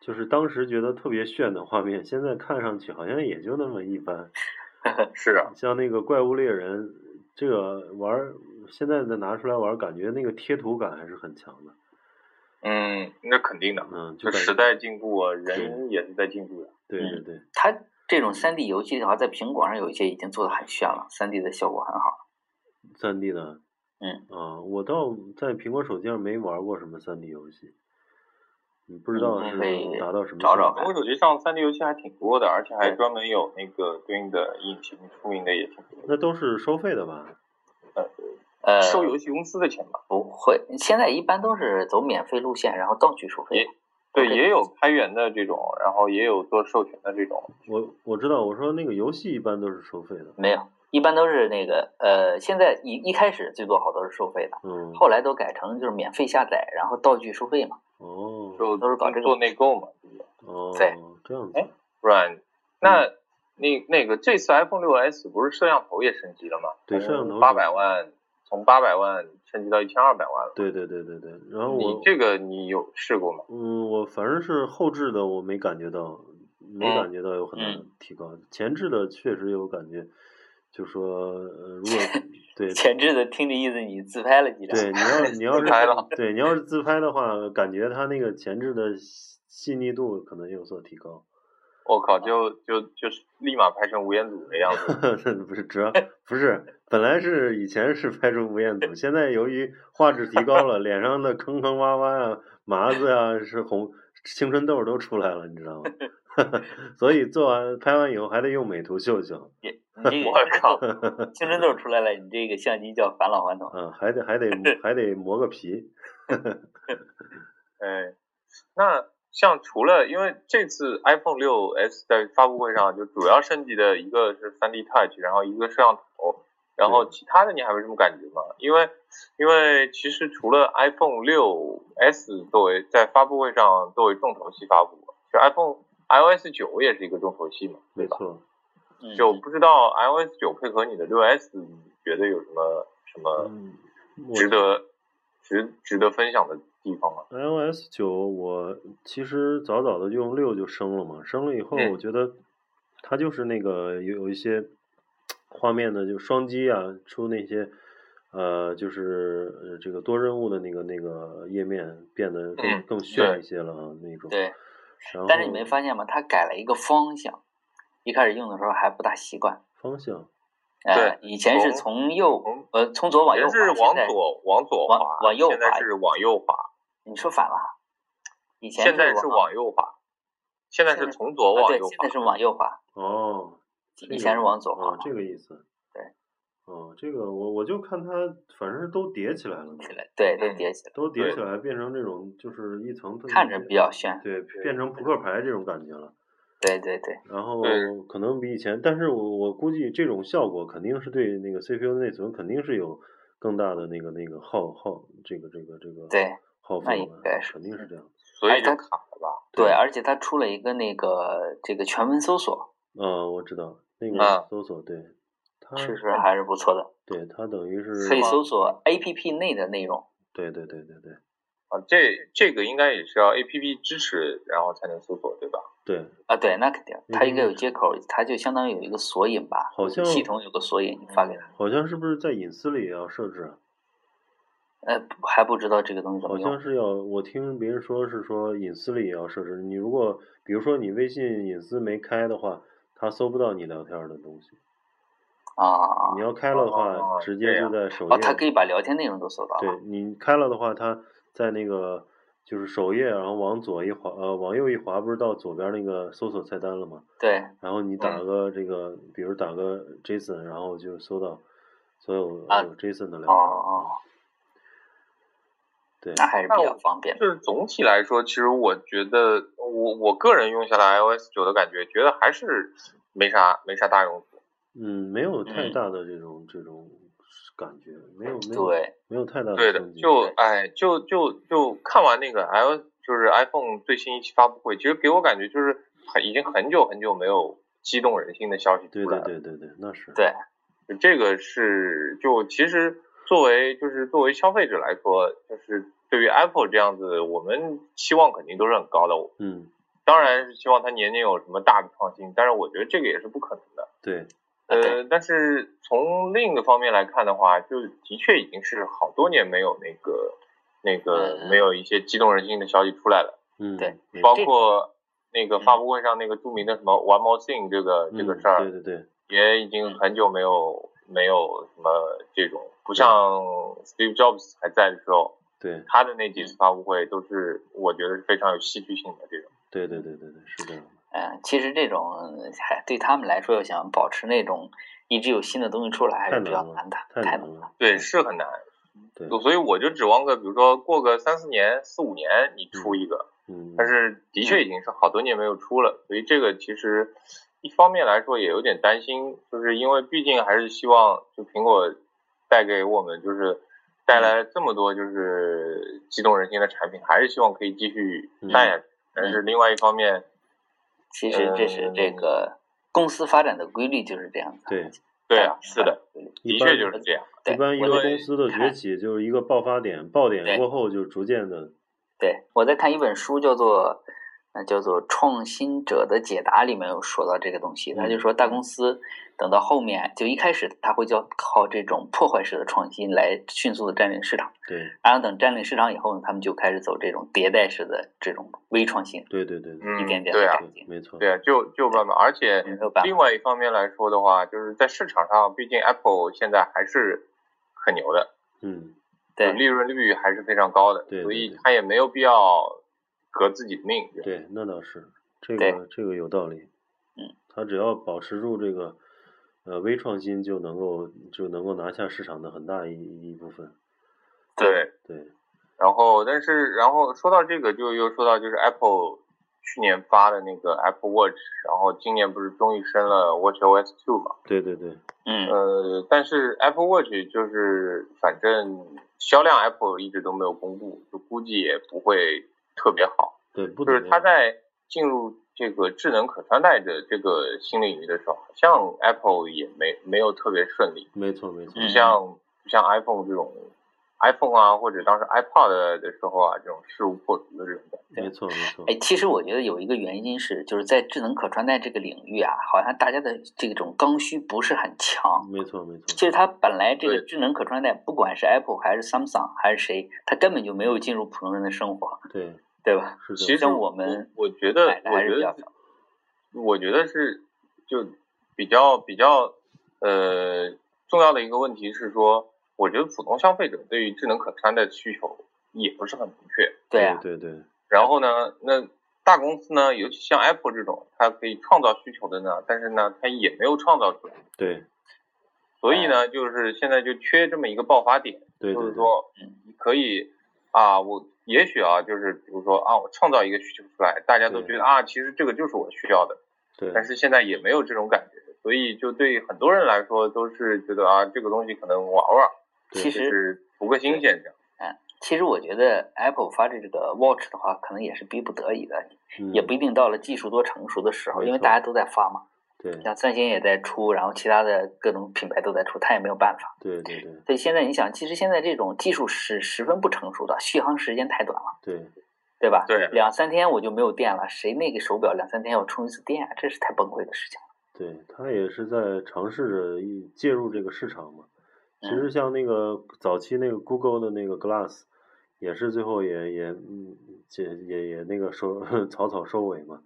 S1: 就是当时觉得特别炫的画面，现在看上去好像也就那么一般。
S3: 是啊，
S1: 像那个怪物猎人，这个玩儿现在再拿出来玩儿，感觉那个贴图感还是很强的。
S3: 嗯，那肯定的，
S1: 嗯，就
S3: 就
S1: 感
S3: 时
S1: 觉
S3: 代进步啊，人也是在进步的。
S1: 对
S2: 嗯
S1: 对对，
S2: 它这种三 D 游戏的话，在苹果上有一些已经做的很炫了，三 D 的效果很好。
S1: 三 D 的。
S2: 嗯
S1: 啊，我倒在苹果手机上没玩过什么三 D 游戏，你不知道是
S2: 嗯可
S1: 能
S2: 以
S1: 达到什么
S2: 找找
S1: 效果
S2: 看
S3: 我手机上三 D 游戏还挺多的，而且还
S2: 对
S3: 专门有那个对应的引擎出名的也挺多的。
S1: 那都是收费的吧？
S2: 呃，
S3: 收游戏公司的钱吧。
S2: 不会，现在一般都是走免费路线，然后盗取收费
S3: 也。对，
S2: 对
S3: 也有开源的这种，然后也有做授权的这种。
S1: 我我知道，我说那个游戏一般都是收费的。
S2: 没有，一般都是那个呃，现在一一开始最多好多是收费的，
S1: 嗯，
S2: 后来都改成就是免费下载，然后道具收费嘛。
S1: 哦
S3: 就
S2: 都是搞这个
S3: 做内购嘛，对不对
S1: 哦
S2: 对，
S1: 这样子
S3: 哎不然那、
S1: 嗯
S3: 那那个这次 iPhone 六 S 不是摄像头也升级了吗？
S1: 对摄像头
S3: 八百万，从八百万升级到一千二百万了。
S1: 对对对对对。然后
S3: 你
S1: 我
S3: 这个你有试过吗？
S1: 嗯，我反正是后置的，我没感觉到，没
S3: 嗯
S1: 感觉到有很大的提高。前置的确实有感觉，就说呃， 如果对
S2: 前置的听这意思，你自拍了几张？
S1: 对，你要你要
S3: 自拍
S1: 是
S3: 了
S1: 对你要是自拍的话，感觉它那个前置的细细腻度可能有所提高。
S3: 我靠，就就就是立马拍成吴彦祖的样子。
S1: 不是，主要不是，本来是以前是拍出吴彦祖，现在由于画质提高了，脸上的坑坑洼洼啊、麻子啊、是红青春痘都出来了，你知道吗？ 所以做完拍完以后还得用美图秀秀，
S2: 你这
S3: 我
S2: 个
S3: 靠，
S2: 青春痘出来了，你这个相机叫返老还 童。
S1: 啊，还得还得还得磨个皮，
S3: 哎，那像除了因为这次 iPhone 六 S 在发布会上就主要升级的一个是 3D Touch，然后一个摄像头，然后
S1: 对
S3: 其他的你还有什么感觉吗？因为因为其实除了 iPhone 六 S 作为在发布会上作为重头戏发布，就 iPhone iOS 九也是一个重头戏嘛，对
S1: 没
S3: 吧？
S1: 错。
S2: 嗯
S3: 就不知道 iOS 九配合你的六 S，你觉得有什么什么
S1: 嗯，
S3: 值
S1: 我
S3: 得值值得分享的地方吗？
S1: iOS 九，我其实早早的就用六就升了嘛，升了以后，
S3: 嗯
S1: 我觉得它就是那个有有一些画面的，就双击啊，出那些呃，就是呃这个多任务的那个那个页面变得更、
S3: 嗯
S1: 更炫一些了啊，那种。
S2: 对，
S1: 然后
S2: 但是你没发现吗？它改了一个方向，一开始用的时候还不大习惯。
S1: 方向
S2: 哎，以前是从右
S3: 从，
S2: 呃，从左往右
S3: 以
S2: 滑，
S3: 前是
S2: 现
S3: 往
S2: 在
S3: 左往左
S2: 往
S3: 滑，
S2: 往右
S3: 现在
S2: 滑
S3: 是往右滑，
S2: 你说反了，以前
S3: 现在是
S2: 是
S3: 往右滑，现在
S2: 现
S3: 是
S2: 在
S3: 从左
S2: 啊
S3: 往
S2: 对，
S3: 右
S2: 现在
S3: 滑。
S2: 是往右滑，
S1: 哦，
S2: 以前是往左滑
S1: 哦，，这个意思。
S2: 对。
S1: 哦，这个我我就看它，反正是都叠起来了嘛，
S2: 起来，对，都
S3: 嗯
S2: 叠起来，
S1: 都叠
S3: 对
S1: 起来变成这种就是一层特别。
S2: 看着比较炫，
S1: 对，变成扑克牌这种感觉了。
S2: 对对对，
S1: 然后
S3: 对
S1: 可能比以前，但是我我估计这种效果肯定是对那个 CPU 内存肯定是有更大的那个那个耗耗这个这个这个
S2: 对
S1: 耗
S2: 那
S1: 费
S2: 应
S1: 的
S2: 该，是
S1: 肯定是这样。
S3: 所以
S2: 哎
S3: 就啊
S2: 它
S3: 卡了吧？
S1: 对
S2: 对，而且它出了一个那个这个全文搜索，
S1: 嗯，我知道那
S3: 啊
S1: 个搜索，对，它
S2: 其实嗯还是不错的，
S1: 对它等于嗯是
S2: 可以
S3: 吗
S2: 搜索 APP 内的内容。
S1: 对对对对对
S3: 啊，这这个应该也是要 A P P 支持，然后才能搜索，对吧？
S1: 对，
S2: 啊，对，那肯定，它应该
S1: 嗯
S2: 有接口，它就相当于有一个索引吧，
S1: 好像
S2: 系统有个索引，你发给他。
S1: 好像是不是在隐私里也要设置啊？
S2: 呃，不还不知道这个东西怎
S1: 好
S2: 么
S1: 像
S2: 用。
S1: 是要，我听别人说是说隐私里也要设置。你如果比如说你微信隐私没开的话，它搜不到你聊天的东西。
S2: 啊
S1: 你，要开了的话，
S3: 哦
S1: 直
S3: 这
S1: 接就
S3: 样
S1: 在首
S2: 哦，它可
S1: 页。
S2: 以把聊天内容都搜到
S1: 对
S2: 了。
S1: 你开了的话，它在那个就是首页，然后往左一滑，呃，往右一滑，不是到左边那个搜索菜单了吗？
S2: 对，
S1: 然后你打
S3: 嗯
S1: 个这个，比如打个 Jason，然后就搜到所有
S2: 啊
S1: 有 Jason 的聊天。
S2: 哦哦，
S1: 对，
S2: 那还是比较方便的。
S3: 就是总体来说，其实我觉得我我个人用下来 iOS 九的感觉，觉得还是没啥没啥大用处。
S1: 嗯，没有太
S3: 嗯
S1: 大的这种这种感觉，没有没有
S2: 对，
S1: 没有太大
S3: 对
S1: 的
S3: 的
S1: 嗯升，级。
S3: 就
S2: 对
S3: 哎，就就就看完那个 i 就是 iPhone 最新一期发布会，其实给我感觉就是很已经很久很久没有激动人心的消息
S1: 对
S3: 出来
S1: 对
S3: 了。
S1: 对对对，那是
S2: 对
S3: 就这个是就其实作为就是作为消费者来说，就是对于 Apple 这样子，我们期望肯定都是很高的。
S1: 嗯
S3: 当然是希望它年年有什么大的创新，但是我觉得这个也是不可能的。
S1: 对
S2: 啊对
S3: 呃，但是从另一个方面来看的话，就的确已经是好多年没有那个那个
S2: 嗯
S3: 没有一些激动人心的消息出来了，
S1: 嗯
S2: 对
S1: 没
S3: 包
S1: 错
S3: 括那个发布会上那个著名的什么 “One More Thing” 这个这个
S1: 嗯
S3: 事儿，
S1: 对对对
S3: 也已经很久没有没有什么这种，不像 Steve Jobs 还在的时候，
S1: 对
S3: 他的那几次发布会都是我觉得是非常有戏剧性的这种。
S1: 对对对对对，是这样的。
S2: 嗯，其实这种还对他们来说，要想保持那种一直有新的东西出来，还
S1: 太
S2: 是比较
S1: 难了
S2: 难的，
S1: 太
S2: 太
S1: 难
S2: 难
S1: 了
S2: 了。
S3: 对，是很难。
S1: 对，
S3: 所以我就指望个，比如说过个三四年、四五年，你出一个。
S1: 嗯，
S3: 但是的确已经是好多年没有出了，所以这个其实一方面来说也有点担心，就是因为毕竟还是希望就苹果带给我们就是带来了这么多就是激动人心的产品，还是希望可以继续
S2: 嗯
S3: 带下去。但是另外一方面，
S2: 其实这是这个公司发展的规律就是这样子。
S1: 呃对，
S3: 对啊，
S2: 嗯
S3: 是的，，
S1: 一
S3: 的
S1: 般
S3: 确就是这样。
S1: 一
S2: 对，
S1: 般一
S2: 我
S1: 个
S2: 在
S1: 公司的崛
S2: 看
S1: 起就是一个爆发点，爆点
S2: 对
S1: 过后就逐渐的，
S2: 对我在看一本书，叫做呃叫做《创新者的解答》，里面有说到这个东西，他就
S1: 嗯
S2: 说大公司等到后面就一开始他会叫靠这种破坏式的创新来迅速的占领市场，
S1: 对
S2: 然后等占领市场以后呢，他们就开始走这种迭代式的这种微创新，
S1: 对对对对，
S3: 嗯
S2: 一点点嗯
S3: 对
S2: 的
S3: 啊
S2: 改
S1: 对
S2: 进。
S1: 没错，
S3: 对啊，就就办法，而且
S2: 没有办法
S3: 另外一方面来说的话，就是在市场上，毕竟 Apple 现在还是很牛的，
S1: 嗯，
S2: 对
S3: 利润率还是非常高的，
S1: 对对
S3: 所以
S1: 对
S3: 它也没有必要革自己的命。
S1: 对，那倒是，这
S2: 对
S1: 个这个有道理，
S2: 嗯，
S1: 他只要保持住这个。呃，微创新就能够就能够拿下市场的很大一一部分，
S3: 对，
S1: 对，
S3: 然后但是然后说到这个，就又说到就是 Apple 去年发的那个 Apple Watch，然后今年不是终于升了 WatchOS Two 嘛？
S1: 对对对，
S2: 嗯，
S3: 呃，但是 Apple Watch 就是反正销量 Apple 一直都没有公布，就估计也不会特别好。
S1: 对，不
S3: 就
S1: 怎
S3: 是
S1: 么
S3: 它
S1: 样
S3: 在进入这个智能可穿戴的这个新领域的时候，好像 Apple 也没没有特别顺利，
S1: 没错没错，
S3: 不
S2: 嗯
S3: 像不像 iPhone 这种 iPhone 啊，或者当时 iPod 的时候啊，这种事无破竹的这种感觉。
S1: 没错没错，
S2: 哎，其实我觉得有一个原因是，就是在智能可穿戴这个领域啊，好像大家的这种刚需不是很强。
S1: 没错没错，
S2: 其实它本来这个
S3: 对
S2: 智能可穿戴，不管是 Apple 还是 Samsung 还是谁，它根本就没有进入普通人的生活，
S1: 对，
S2: 对吧？
S1: 是这
S3: 其
S1: 样，
S3: 实
S2: 像我们
S3: 我我觉得
S2: 嗯买的
S3: 我
S2: 还是
S3: 觉
S2: 比较
S3: 得
S2: 少。
S3: 我觉得是就比较比较呃重要的一个问题是说，我觉得普通消费者对于智能可穿戴的需求也不是很明确。
S2: 对啊，
S1: 对对
S3: 然后呢，那大公司呢，尤其像 Apple 这种，它可以创造需求的呢，但是呢，它也没有创造出来，
S1: 对
S3: 所以
S2: 哎
S3: 呢，就是现在就缺这么一个爆发点，
S1: 对对
S3: 就是
S1: 对，
S3: 说
S2: 嗯
S3: 你可以啊，我也许啊，就是比如说啊，我创造一个需求出来，大家都
S1: 对
S3: 觉得啊，其实这个就是我需要的，
S1: 对，
S3: 但是现在也没有这种感觉。所以，就对很多人来说，都是觉得啊，这个东西可能玩玩，
S1: 对
S2: 其
S3: 就
S2: 实
S3: 是图个新鲜这样。
S2: 其实我觉得 Apple 发这个 Watch 的话，可能也是逼不得已的，
S1: 嗯
S2: 也不一定到了技术多成熟的时候，
S1: 没
S2: 因为
S1: 错
S2: 大家都在发嘛，
S1: 对
S2: 像三星也在出，然后其他的各种品牌都在出，它也没有办法。
S1: 对对对
S2: 所以现在你想，其实现在这种技术是十分不成熟的，续航时间太短了，
S1: 对，
S2: 对吧？
S3: 对
S2: 两三天我就没有电了，谁那个手表两三天要充一次电啊？这是太崩溃的事情了。
S1: 对，他也是在尝试着一介入这个市场嘛。其实
S2: 嗯
S1: 像那个早期那个 Google 的那个 Glass，也是最后也也嗯也也也那个收 草草收尾嘛，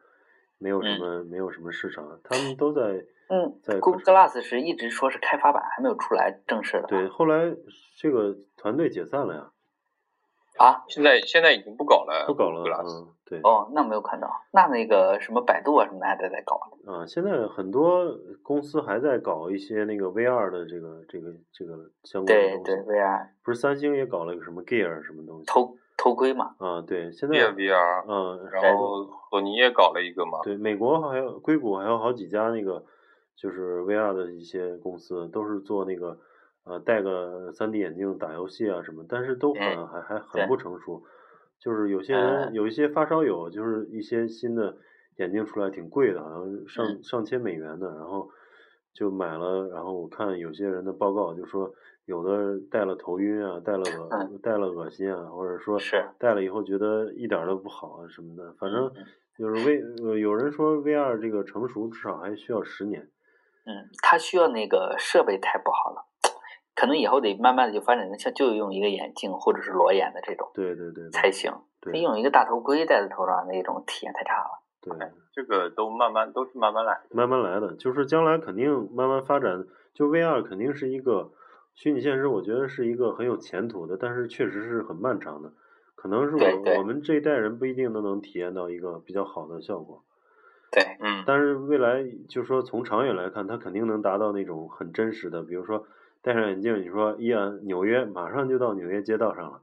S1: 没有什
S2: 嗯
S1: 么没有什么市场，他们都在
S2: 嗯
S1: 在扩
S2: ，Google
S1: 张
S2: Glass 是一直说是开发版，还没有出来正式的吧。
S1: 对，后来这个团队解散了呀，
S2: 啊，
S3: 现在现在已经不搞了，
S1: 不搞了，
S3: Glass
S1: 嗯，对，
S2: 哦，那没有看到。那那个什么百度啊什么的还在在搞啊。
S1: 啊，现在很多公司还在搞一些那个 VR 的这个这个这个相关的
S2: 对
S1: 东
S2: 对
S1: 西，
S2: ，VR
S1: 不是三星也搞了一个什么 Gear 什么东西，
S2: 头头盔嘛，
S1: 啊，对，现在
S3: v VR，
S1: 嗯，
S3: 然后索尼也搞了一个嘛，
S1: 对，美国还有硅谷还有好几家那个就是 VR 的一些公司，都是做那个呃戴个 3D 眼镜打游戏啊什么，但是都很
S2: 嗯
S1: 还还很
S2: 对
S1: 不成熟。就是有些人
S2: 嗯
S1: 有一些发烧友，就是一些新的眼镜出来挺贵的，好像上
S2: 嗯
S1: 上千美元的，然后就买了。然后我看有些人的报告就说，有的戴了头晕啊，戴了恶
S2: 嗯
S1: 戴了恶心啊，或者说
S2: 是
S1: 戴了以后觉得一点儿都不好啊什么的，反正
S2: 嗯嗯
S1: 就是 V 呃有人说 VR 这个成熟至少还需要十年，
S2: 嗯，它需要那个设备太不好了，可能以后得慢慢的就发展成像就用一个眼镜或者是裸眼的这种
S1: 对对对
S2: 才
S1: 对
S2: 行。
S1: 对
S2: 用一个大头盔戴在头上那种体验太差了。
S1: 对，
S3: 这个都慢慢都是慢慢来。
S1: 慢慢来的，就是将来肯定慢慢发展，就 VR 肯定是一个虚拟现实，我觉得是一个很有前途的，但是确实是很漫长的，可能是我
S2: 对对
S1: 我们这一代人不一定都能体验到一个比较好的效果，
S2: 对，
S3: 嗯，
S1: 但是未来就说从长远来看，它肯定能达到那种很真实的，比如说戴上眼镜，你说一按纽约，马上就到纽约街道上了，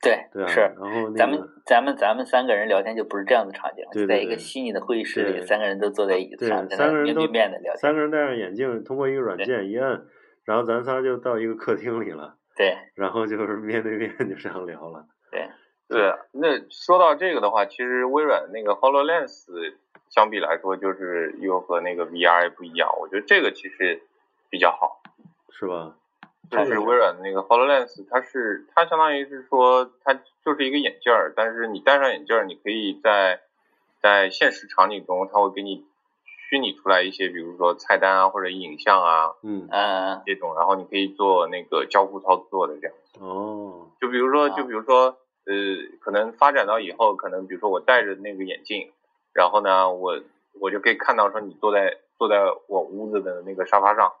S2: 对，
S1: 对啊，
S2: 是。
S1: 然后那个
S2: 咱们咱们咱们三个人聊天就不是这样的场景了，
S1: 对
S2: 就
S1: 对
S2: 在一个
S1: 对
S2: 虚拟的会议室里，
S1: 对
S2: 三个人都坐在椅子
S1: 对，
S2: 上，在那
S1: 三个人
S2: 面
S1: 都
S2: 对面的聊天。
S1: 三个人戴上眼镜，通过一个软件一按，然后咱仨就到一个客厅里了，
S2: 对
S1: 然后就是面对面就这样聊了。
S2: 对，
S3: 对，那说到这个的话，其实微软那个 HoloLens 相比来说，就是又和那个 VR 不一样，我觉得这个其实比较好。
S1: 是吧？
S3: 就
S2: 这
S3: 是
S2: 个
S3: 微软的那个 HoloLens，它是它相当于是说它就是一个眼镜儿，但是你戴上眼镜儿，你可以在在现实场景中，它会给你虚拟出来一些，比如说菜单啊或者影像啊
S1: 嗯，
S2: 嗯
S3: 这种，然后你可以做那个交互操作的这样。
S1: 哦，
S3: 就比如说，
S2: 啊
S3: 就比如说，呃，可能发展到以后，可能比如说我戴着那个眼镜，然后呢，我我就可以看到说你坐在坐在我屋子的那个沙发上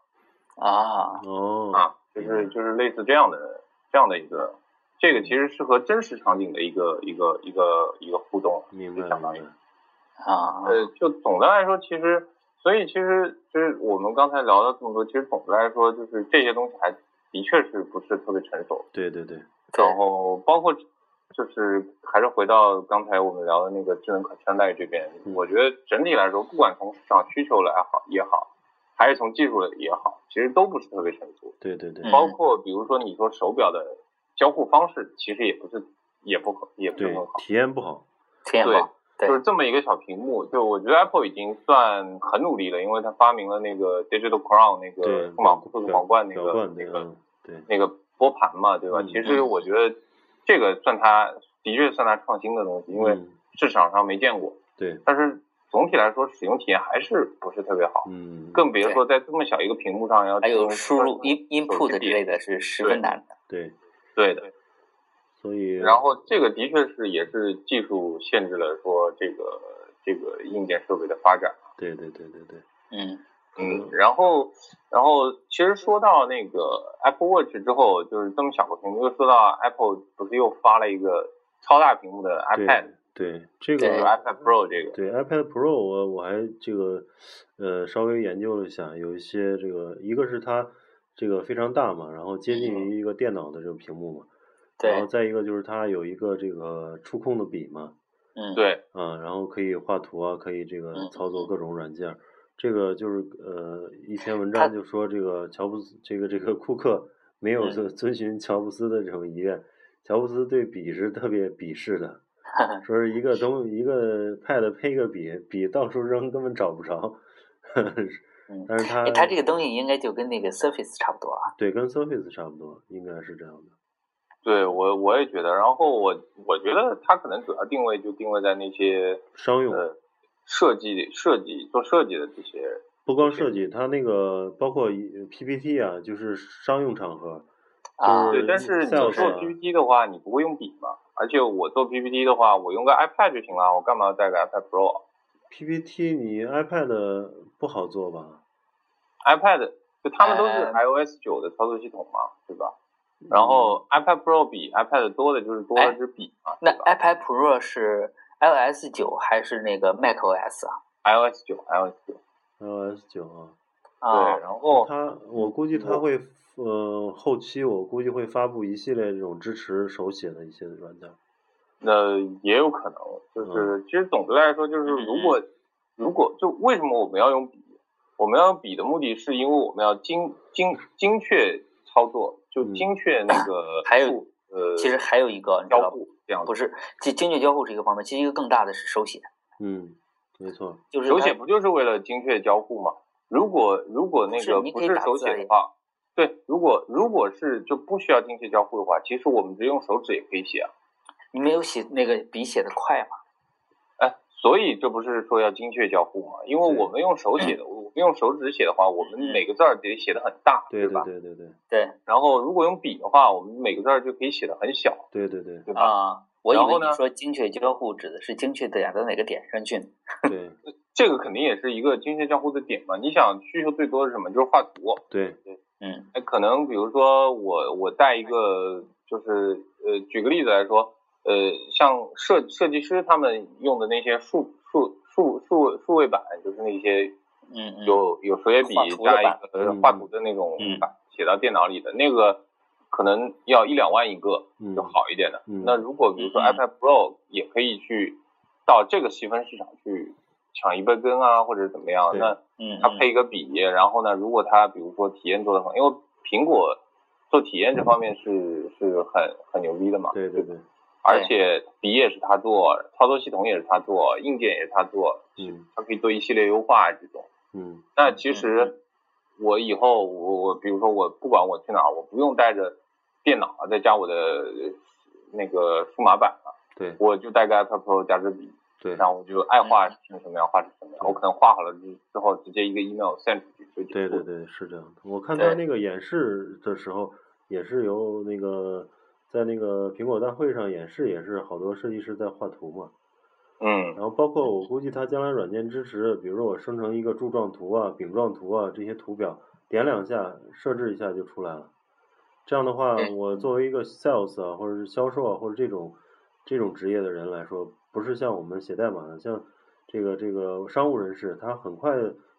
S2: 啊，
S1: 哦，
S3: 啊，就是就是类似这样的这样的一个，这个其实是和真实场景的一个一个一个一个互动，
S1: 明
S3: 就
S1: 白
S3: 相当于
S1: 明白，
S2: 啊，
S3: 呃，就总的来说，其实，所以其实就是我们刚才聊了这么多，其实总的来说，就是这些东西还的确是不是特别成熟。
S1: 对对对，
S2: 对
S3: 然后包括就是还是回到刚才我们聊的那个智能可穿戴这边，
S1: 嗯
S3: 我觉得整体来说，不管从市场需求来好也好，还是从技术也好，其实都不是特别成熟。
S1: 对对对
S2: 嗯，
S3: 包括比如说你说手表的交互方式，其实也不是也不可也不是
S1: 对
S3: 很好，。
S1: 体验不好，
S2: 挺也
S3: 对
S2: 好。对
S3: 就是这么一个小屏幕，就我觉得 Apple 已经算很努力了，因为它发明了那个 Digital Crown 那
S1: 对，
S3: 个数码
S1: 表
S3: 数码
S1: 表
S3: 冠那
S1: 表
S3: 个
S1: 冠嗯
S3: 那个
S1: 个，对
S3: 那个拨盘嘛，对吧？
S1: 嗯
S3: 其实我觉得这个算它的确算它创新的东西，因为
S1: 嗯
S3: 市场上没见过。
S1: 对，
S3: 但是总体来说，使用体验还是不是特别好，
S1: 嗯，
S3: 更别说在这么小一个屏幕上要
S2: 还有
S3: 进行
S2: 输入
S3: 各种
S2: in input 之类的是十分
S3: 对
S2: 难的。
S1: 对，
S3: 对的。
S1: 所以
S3: 然后这个的确是也是技术限制了说这个这个硬件设备的发展。
S1: 对对对对对，
S2: 嗯
S3: 嗯
S1: 嗯，
S3: 然后，然后其实说到那个 Apple Watch 之后，就是这么小个屏幕，又说到 Apple 不是又发了一个超大屏幕的 iPad，
S1: 对对这
S3: 就是
S1: 个
S3: iPad Pro 这个，
S1: 对 iPad Pro，我我还这个呃稍微研究了一下，有一些这个一个是它这个非常大嘛，然后接近于一个电脑的这个屏幕嘛，然后
S2: 对，
S1: 再一个就是它有一个这个触控的笔嘛，
S2: 嗯，
S3: 对，
S1: 啊，然后可以画图啊，可以这个
S2: 嗯
S1: 操作
S2: 嗯
S1: 各种软件儿。这个就是呃，一篇文
S2: 它
S1: 章就说这个乔布斯，这个这个库克没有
S2: 嗯
S1: 遵遵循乔布斯的这种遗愿，乔布斯对笔是特别鄙视 的，说是一个东一个 Pad 配一个笔，笔到处扔根本找不着。
S2: 嗯
S1: 但是它
S2: 哎，它这个东西应该就跟那个 Surface 差不多啊。
S1: 对跟 Surface 差不多，应该是这样的。
S3: 对我我也觉得，然后我我觉得它可能主要定位就定位在那些
S1: 商用
S3: 呃设计设计做设计的这些人，
S1: 不光设计，它那个包括一 PPT 啊，就是商用场合，
S2: 啊
S1: 就
S3: 对，但是你
S1: sales
S3: 做
S1: 啊
S3: PPT 的话，你不会用笔嘛？而且我做 PPT 的话，我用个 iPad 就行了，我干嘛要带个 iPad Pro 啊
S1: PPT 你 iPad 不好做吧？
S3: ？iPad 就他们都
S2: 呃
S3: 是 iOS 九的操作系统嘛，对吧？然后 iPad Pro 比 iPad 多的就是多了支笔嘛，
S2: 哎那
S3: 对吧
S2: iPad Pro 是 iOS 九还是那个 macOS 啊？
S3: ？iOS 九，iOS 九，
S1: iOS 九啊，
S2: 啊
S3: 对，，然后
S1: 它我估计它会，呃，后期我估计会发布一系列这种支持手写的一些软件。
S3: 那也有可能，就是其实总的来说，
S2: 嗯
S3: 就是如果如果就为什么我们要用笔？我们要用笔的目的是因为我们要精精精确操作，就
S1: 嗯
S3: 精确那 个
S2: 还有
S3: 数呃，
S2: 其实还有一个，你知
S3: 交
S2: 道不？
S3: 互这样子
S2: 不是，这精确交互是一个方面，其实一个更大的是手写，
S1: 嗯，没错。
S2: 就是
S3: 手
S2: 它
S3: 写不就是为了精确交互吗？如果如果那
S2: 不是
S3: 个
S2: 你
S3: 不
S2: 可以
S3: 是
S2: 打
S3: 手
S2: 字
S3: 写
S2: 而已
S3: 的话，对，如果如果是就不需要精确交互的话，其实我们只用手指也可以写啊。
S2: 你没有写那个笔写的快嘛？
S3: 哎，所以这不是说要精确交互吗？因为
S1: 对嗯
S3: 我们用手写的，我们用手指写的话，我们每个字儿得写的很大，
S1: 对
S3: 吧？
S1: 对对对
S2: 对
S3: 然后如果用笔的话，我们每个字儿就可以写的很小，
S1: 对对对
S3: 对吧？
S2: 啊，我以
S3: 然后
S2: 为
S3: 呢
S2: 你说精确交互指的是精确点到哪个点上去呢。
S1: 对
S3: 这个肯定也是一个精确交互的点嘛。你想需求最多是什么？就是画图。
S1: 对，
S2: 嗯
S3: 哎，可能比如说我我带一个，就是呃，举个例子来说，呃，像设设计师他们用的那些数数数数数位板，就是那些
S2: 嗯嗯，
S3: 有有手写笔
S2: 画图的
S3: 加一
S2: 板
S3: 个呃
S1: 嗯
S3: 画图的那种
S2: 嗯
S3: 板，写到电脑里的那个，可能要一两万一个
S1: 嗯
S3: 就好一点的。
S1: 嗯
S3: 那如果比如说
S2: 嗯嗯
S3: iPad Pro 也可以去到这个细分市场去抢一杯羹啊，或者怎么样，
S1: 对
S3: 那
S2: 嗯
S3: 它配一个笔，然后呢，如果它比如说体验做的很，因为苹果做体验这方面是是很很牛逼的嘛，
S1: 对对对，
S3: 而且笔也是它做，操作系统也是它做，硬件也是它做，
S1: 嗯
S3: 它可以做一系列优化这种。
S1: 嗯
S3: 那其实我以后我我比如说我不管我去哪儿，我不用带着电脑啊再加我的呃那个数码板了，
S1: 对
S3: 我就带个 iPad Pro 加支笔，
S1: 对
S3: 然后我就爱画
S1: 嗯
S3: 成什么样画成什么样。
S1: 对
S3: 我可能画好了之之后，直接一个 email send 出去就结束
S1: 对
S3: 了。
S1: 对对，是这样的。我看他那个演示的时候，也是由那个在那个苹果大会上演示，也是好多设计师在画图嘛。
S3: 嗯
S1: 然，后包括我估计它将来软件支持，比如说我生成一个柱状图啊、饼状图啊这些图表，点两下设置一下就出来了。这样的话，
S3: 嗯
S1: 我作为一个 sales 啊，或者是销售啊，或者这种这种职业的人来说，不是像我们写代码的，像这个这个商务人士，他很快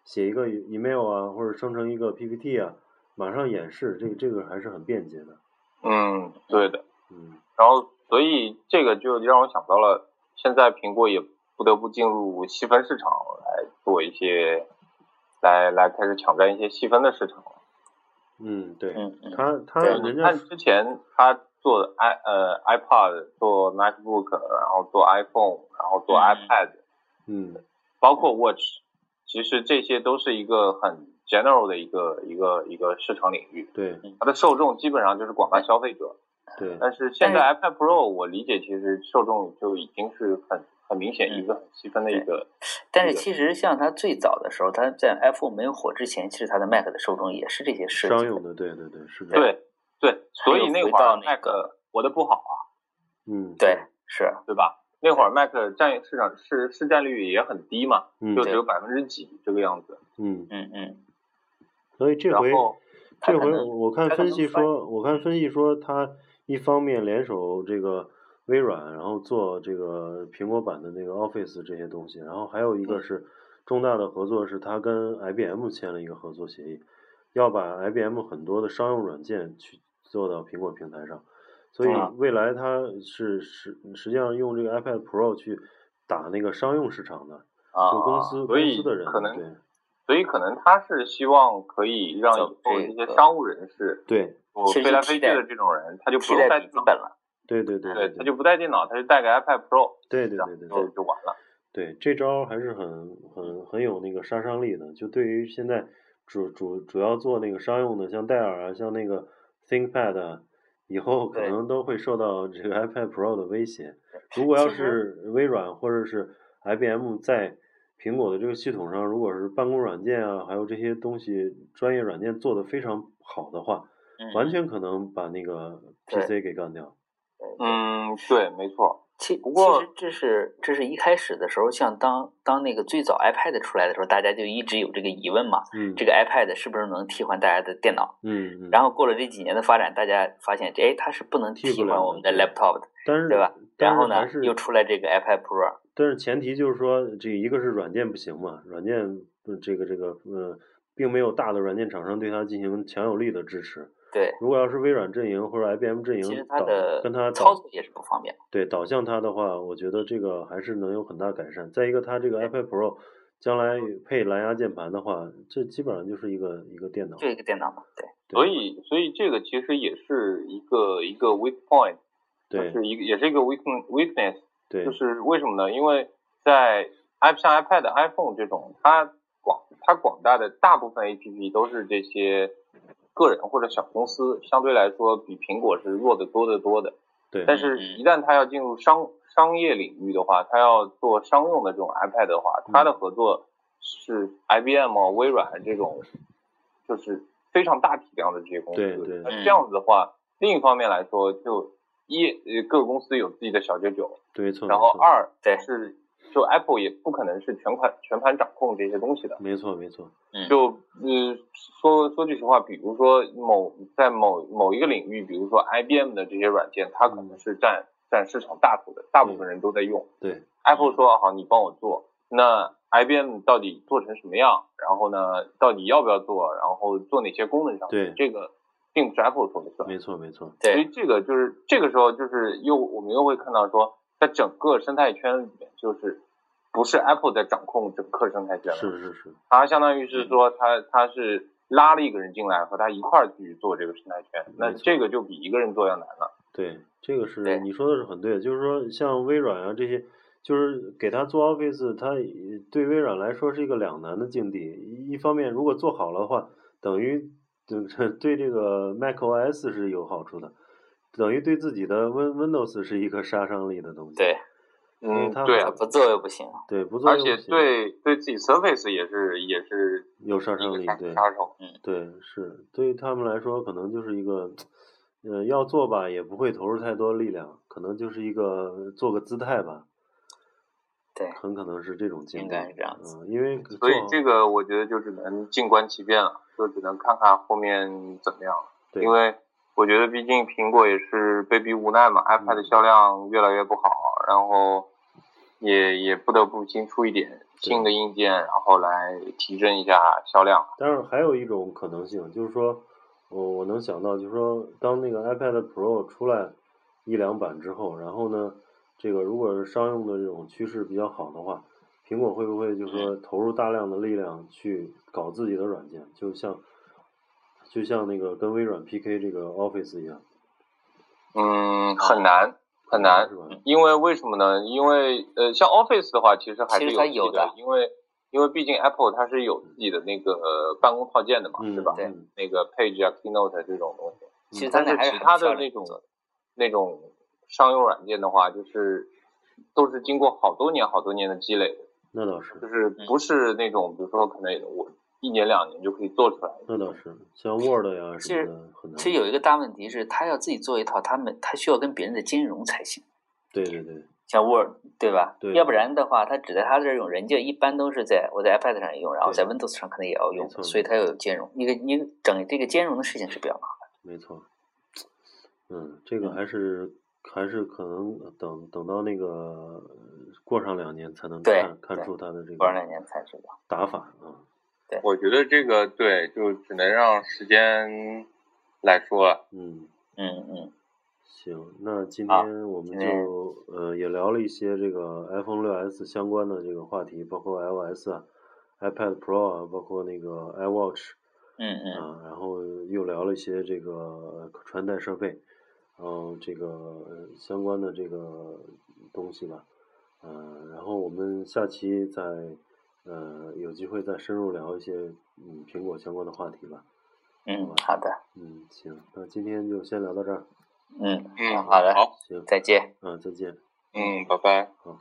S1: 写一个 email 啊，或者生成一个 PPT 啊，马上演示，这个这个还是很便捷的。
S3: 嗯，对的。
S1: 嗯，
S3: 然后，所以这个就让我想到了，现在苹果也不得不进入细分市场来做一些，来来开始抢占一些细分的市场。
S1: 嗯，对，
S2: 嗯嗯
S1: 他他
S2: 对
S1: 人
S3: 你
S1: 家
S3: 看之前他做的 i 呃 iPad，做 MacBook，然后做 iPhone，然后做
S2: 嗯
S3: iPad，、
S1: 嗯
S3: 包括 Watch，其实这些都是一个很 general 的一个一个一个市场领域，
S1: 对
S3: 它的受众基本上就是广大消费者。
S1: 对
S3: 但是现在
S2: 但
S3: iPad Pro，我理解其实受众就已经是很很明显
S2: 嗯
S3: 一个很细分的一个，
S2: 但是
S3: 这个
S2: 其实像它最早的时候，它在 iPhone 没有火之前，其实它的 Mac 的受众也是这些设计。
S1: 商用的，对对对，是这样。
S3: 对对，所以那会儿
S2: 回到那
S3: Mac
S2: 个
S3: 活得不好啊，
S1: 嗯，
S2: 对，是
S3: 对吧？那会儿 Mac 占市场市市占率也很低嘛，
S1: 嗯
S3: 就只有百分之几这个样子。
S1: 嗯，
S2: 嗯嗯，
S1: 所以这
S3: 然
S1: 回
S3: 后
S2: 它
S1: 这
S2: 可
S1: 回
S2: 能
S1: 我看
S2: 它可
S1: 分
S2: 能
S1: 析
S2: 翻
S1: 说，我看分析说，它一方面联手这个微软，然后做这个苹果版的那个 Office 这些东西，然后还有
S2: 嗯
S1: 一个是重大的合作是它跟 IBM 签了一个合作协议，要把 IBM 很多的商用软件去做到苹果平台上，所以
S3: 嗯
S1: 未来它是实实际上用这个 iPad Pro 去打那个商用市场的，
S2: 啊，
S1: 就公司
S3: 所
S1: 公
S3: 以
S1: 司的人
S3: 可能
S1: 对
S3: 所以可能他是希望可以让以
S2: 走
S3: 后
S2: 这
S3: 这些
S2: 个
S3: 商务人士，
S1: 对
S3: 我
S2: 其实
S3: 飞来
S2: 就替
S3: 飞去
S2: 代
S3: 的这种人，他就不
S2: 替
S3: 用
S2: 代
S3: 带
S2: 笔
S3: 电
S2: 记
S3: 脑
S2: 本了。
S1: 对对对
S3: 对，
S1: 对
S3: 它就不嗯带电脑，它就带个 iPad Pro，
S1: 对对
S3: 然
S1: 对嗯
S3: 后
S1: 对
S3: 就
S1: 对
S3: 就完了。
S1: 对，这招还是很很很有那个杀伤力的。就对于现在主主主要做那个商用的，像戴尔啊，像那个 ThinkPad 啊，以后可
S3: 对
S1: 能都会受到这个 iPad Pro 的威胁。如果要
S4: 其实
S1: 是微软或者是 IBM 在苹果的这个系统上，如果是办公软件啊，还有这些东西专业软件做得非常好的话，
S2: 嗯
S1: 完全可能把那个 PC 给干掉。
S3: 嗯，对，没错，
S2: 其
S3: 不过
S2: 其实这是这是一开始的时候，像当当那个最早 iPad 出来的时候，大家就一直有这个疑问嘛，
S1: 嗯
S2: 这个 iPad 是不是能替换大家的电脑？
S1: 嗯嗯。
S2: 然后过了这几年的发展，大家发现，哎，它是不能
S1: 替不
S2: 替
S1: 了
S2: 换我
S1: 的
S2: 们的
S1: 对
S2: laptop 的。
S1: 但是
S2: 对吧
S1: 但
S2: 然后
S1: 是
S2: 呢
S1: 还是，
S2: 又出来这个 iPad Pro，
S1: 但是前提就是说，这一个是软件不行嘛，软件呃这个这个呃，并没有大的软件厂商对它进行强有力的支持。
S2: 对，
S1: 如果要是微软阵营或者 IBM 阵
S2: 其实
S1: 营
S2: 它
S1: 导
S2: 的
S1: 跟它
S2: 操
S1: 导
S2: 作也是不方便。
S1: 对导向它的话，我觉得这个还是能有很大改善。再一个，它这个 iPad Pro 将来配蓝牙键盘的话，这基本上就是一个一个电脑
S2: 就。一个电脑嘛，对，
S1: 对
S3: 所以所以这个其实也是一个一个 weak point，就
S1: 对
S3: 是一个也是一个 weakness weakness，
S1: 对
S3: 就是为什么呢？因为在 i 像 iPad、iPhone 这种，它广它广大的大部分 APP 都是这些个人或者小公司，相对来说比苹果是弱得多得多的。
S1: 对
S3: 但是，一旦它要进入商商业领域的话，它要做商用的这种 iPad 的话，它的合作是 IBM 啊、微软这种，就是非常大体量的这些公司。
S1: 对对
S3: 那
S2: 嗯
S3: 这样子的话，另一方面来说，就一呃各个公司有自己的小九九，
S1: 对，没错。
S3: 然后
S1: 没错
S3: 二
S2: 对
S3: 是就 Apple 也不可能是全款全盘掌控这些东西的。
S1: 没错没错，
S2: 嗯，
S3: 就呃说说句实话，比如说某在某某一个领域，比如说 IBM 的这些软件，它可能是占占市场大头的，大部分人都在用。
S1: 对
S3: Apple 说好，你帮我做，那 IBM 到底做成什么样？然后呢，到底要不要做？然后做哪些功能上去？
S1: 对
S3: 这个并不是 Apple 说了算。
S1: 没错没错，
S3: 所以
S2: 对，
S3: 这个就是这个时候就是又我们又会看到说，在整个生态圈里面，就是不是 Apple 在掌控整个生态圈了，
S1: 是嗯是是，
S3: 它相当于是说它它是拉了一个人进来和他一块儿去做这个生态圈，那
S1: 没错
S3: 这个就比一个人做要难了。
S1: 对，这个是
S2: 对
S1: 你说的是很对，就是说像微软啊这些，就是给他做 Office，它也对微软来说是一个两难的境地。一一方面，如果做好了的话，等于对对这个 macOS 是有好处的，等于对自己的 Win Windows 是一个杀伤力的东西。
S2: 对，
S1: 嗯它
S3: 对
S1: 它
S3: 啊，
S2: 不做又不行，
S1: 对，不做
S3: 而
S1: 又
S3: 且
S1: 不行
S3: 对对自己 Surface 也是也是
S1: 有杀
S3: 一
S1: 伤
S3: 个
S1: 力
S3: 杀，
S1: 对
S3: 杀手。
S1: 对是，对于他们来说可能就是一个。呃，要做吧，也不会投入太多力量，可能就是一个做个姿态吧，
S2: 对，
S1: 很可能是这种境地，
S2: 应该是这样子
S1: 嗯，因为
S3: 所以
S1: 做好
S3: 这个我觉得就只能静观其变了，就只能看看后面怎么样了。
S1: 对
S3: 因为我觉得毕竟苹果也是被逼无奈嘛
S2: 嗯
S3: ，iPad 的销量越来越不好，然后也也不得不新出一点新的硬件，然后来提振一下销量。
S1: 但是还有一种可能性，就是说，我我能想到，就是说，当那个 iPad Pro 出来一两版之后，然后呢，这个如果是商用的这种趋势比较好的话，苹果会不会就是说投入大量的力量去搞自己的软件，就像就像那个跟微软 PK 这个 Office 一样，
S3: 嗯，很难很难嗯
S1: 是，吧？
S3: 因为为什么呢？因为呃，像 Office 的话，其实还
S2: 其实
S3: 是自
S2: 它
S3: 己
S2: 有
S3: 的
S2: 的，
S3: 因为因为毕竟 Apple 它是有自己的那个呃办公套件的嘛，
S1: 嗯，
S3: 是吧？
S2: 对
S1: 嗯
S3: 那个 Page 啊、Keynote 这种东西。
S2: 其实它那
S3: 但是
S2: 还是
S3: 其
S2: 很
S3: 他
S2: 漂
S3: 的
S2: 亮
S3: 那种那种商用软件的话，就是都是经过好多年、好多年的积累的，
S1: 那倒是
S3: 就，是
S2: 嗯
S3: 不是那种比如说可能我一年两年就可以做出来的。
S1: 那倒是，像 Word 呀
S2: 其
S1: 什么
S2: 实
S1: 的很难
S2: 其，实有一个大问题是，他要自己做一套，他们他需要跟别人的兼容才行，
S1: 对对对，
S2: 像 Word 对吧？
S1: 对
S2: 要不然的话，他只在他这儿用，人家一般都是在我在 iPad 上也用，然后在 Windows 上可能也要用
S1: 没，错
S2: 所以它要有兼容。你给你整这个兼容的事情是比较麻烦。
S1: 没错，嗯，这个还是还是可能等等到那个呃过上两年才能
S2: 对
S1: 看看
S2: 对
S1: 出他的这
S2: 过两
S1: 个
S2: 年才知道。
S1: 打法啊。
S3: 我觉得这个对，就只能让时间来说了。
S1: 嗯，
S2: 嗯嗯，
S1: 行，那今
S2: 好
S1: 天我们
S2: 今天
S1: 就呃也聊了一些这个 iPhone 六 S 相关的这个话题，包括 iOS 啊、iPad Pro 啊，包括那个 iWatch
S2: 嗯嗯，
S1: 啊，然后又聊了一些这个呃传戴设备。然后这个呃相关的这个东西吧，呃，然后我们下期再呃有机会再深入聊一些嗯苹果相关的话题吧。
S2: 嗯，好的，
S1: 嗯，行，那今天就先聊到这儿，
S2: 嗯，
S3: 嗯，
S2: 好的，
S1: 行，
S2: 再见。
S1: 嗯、再见。
S3: 嗯，拜拜。
S1: 好。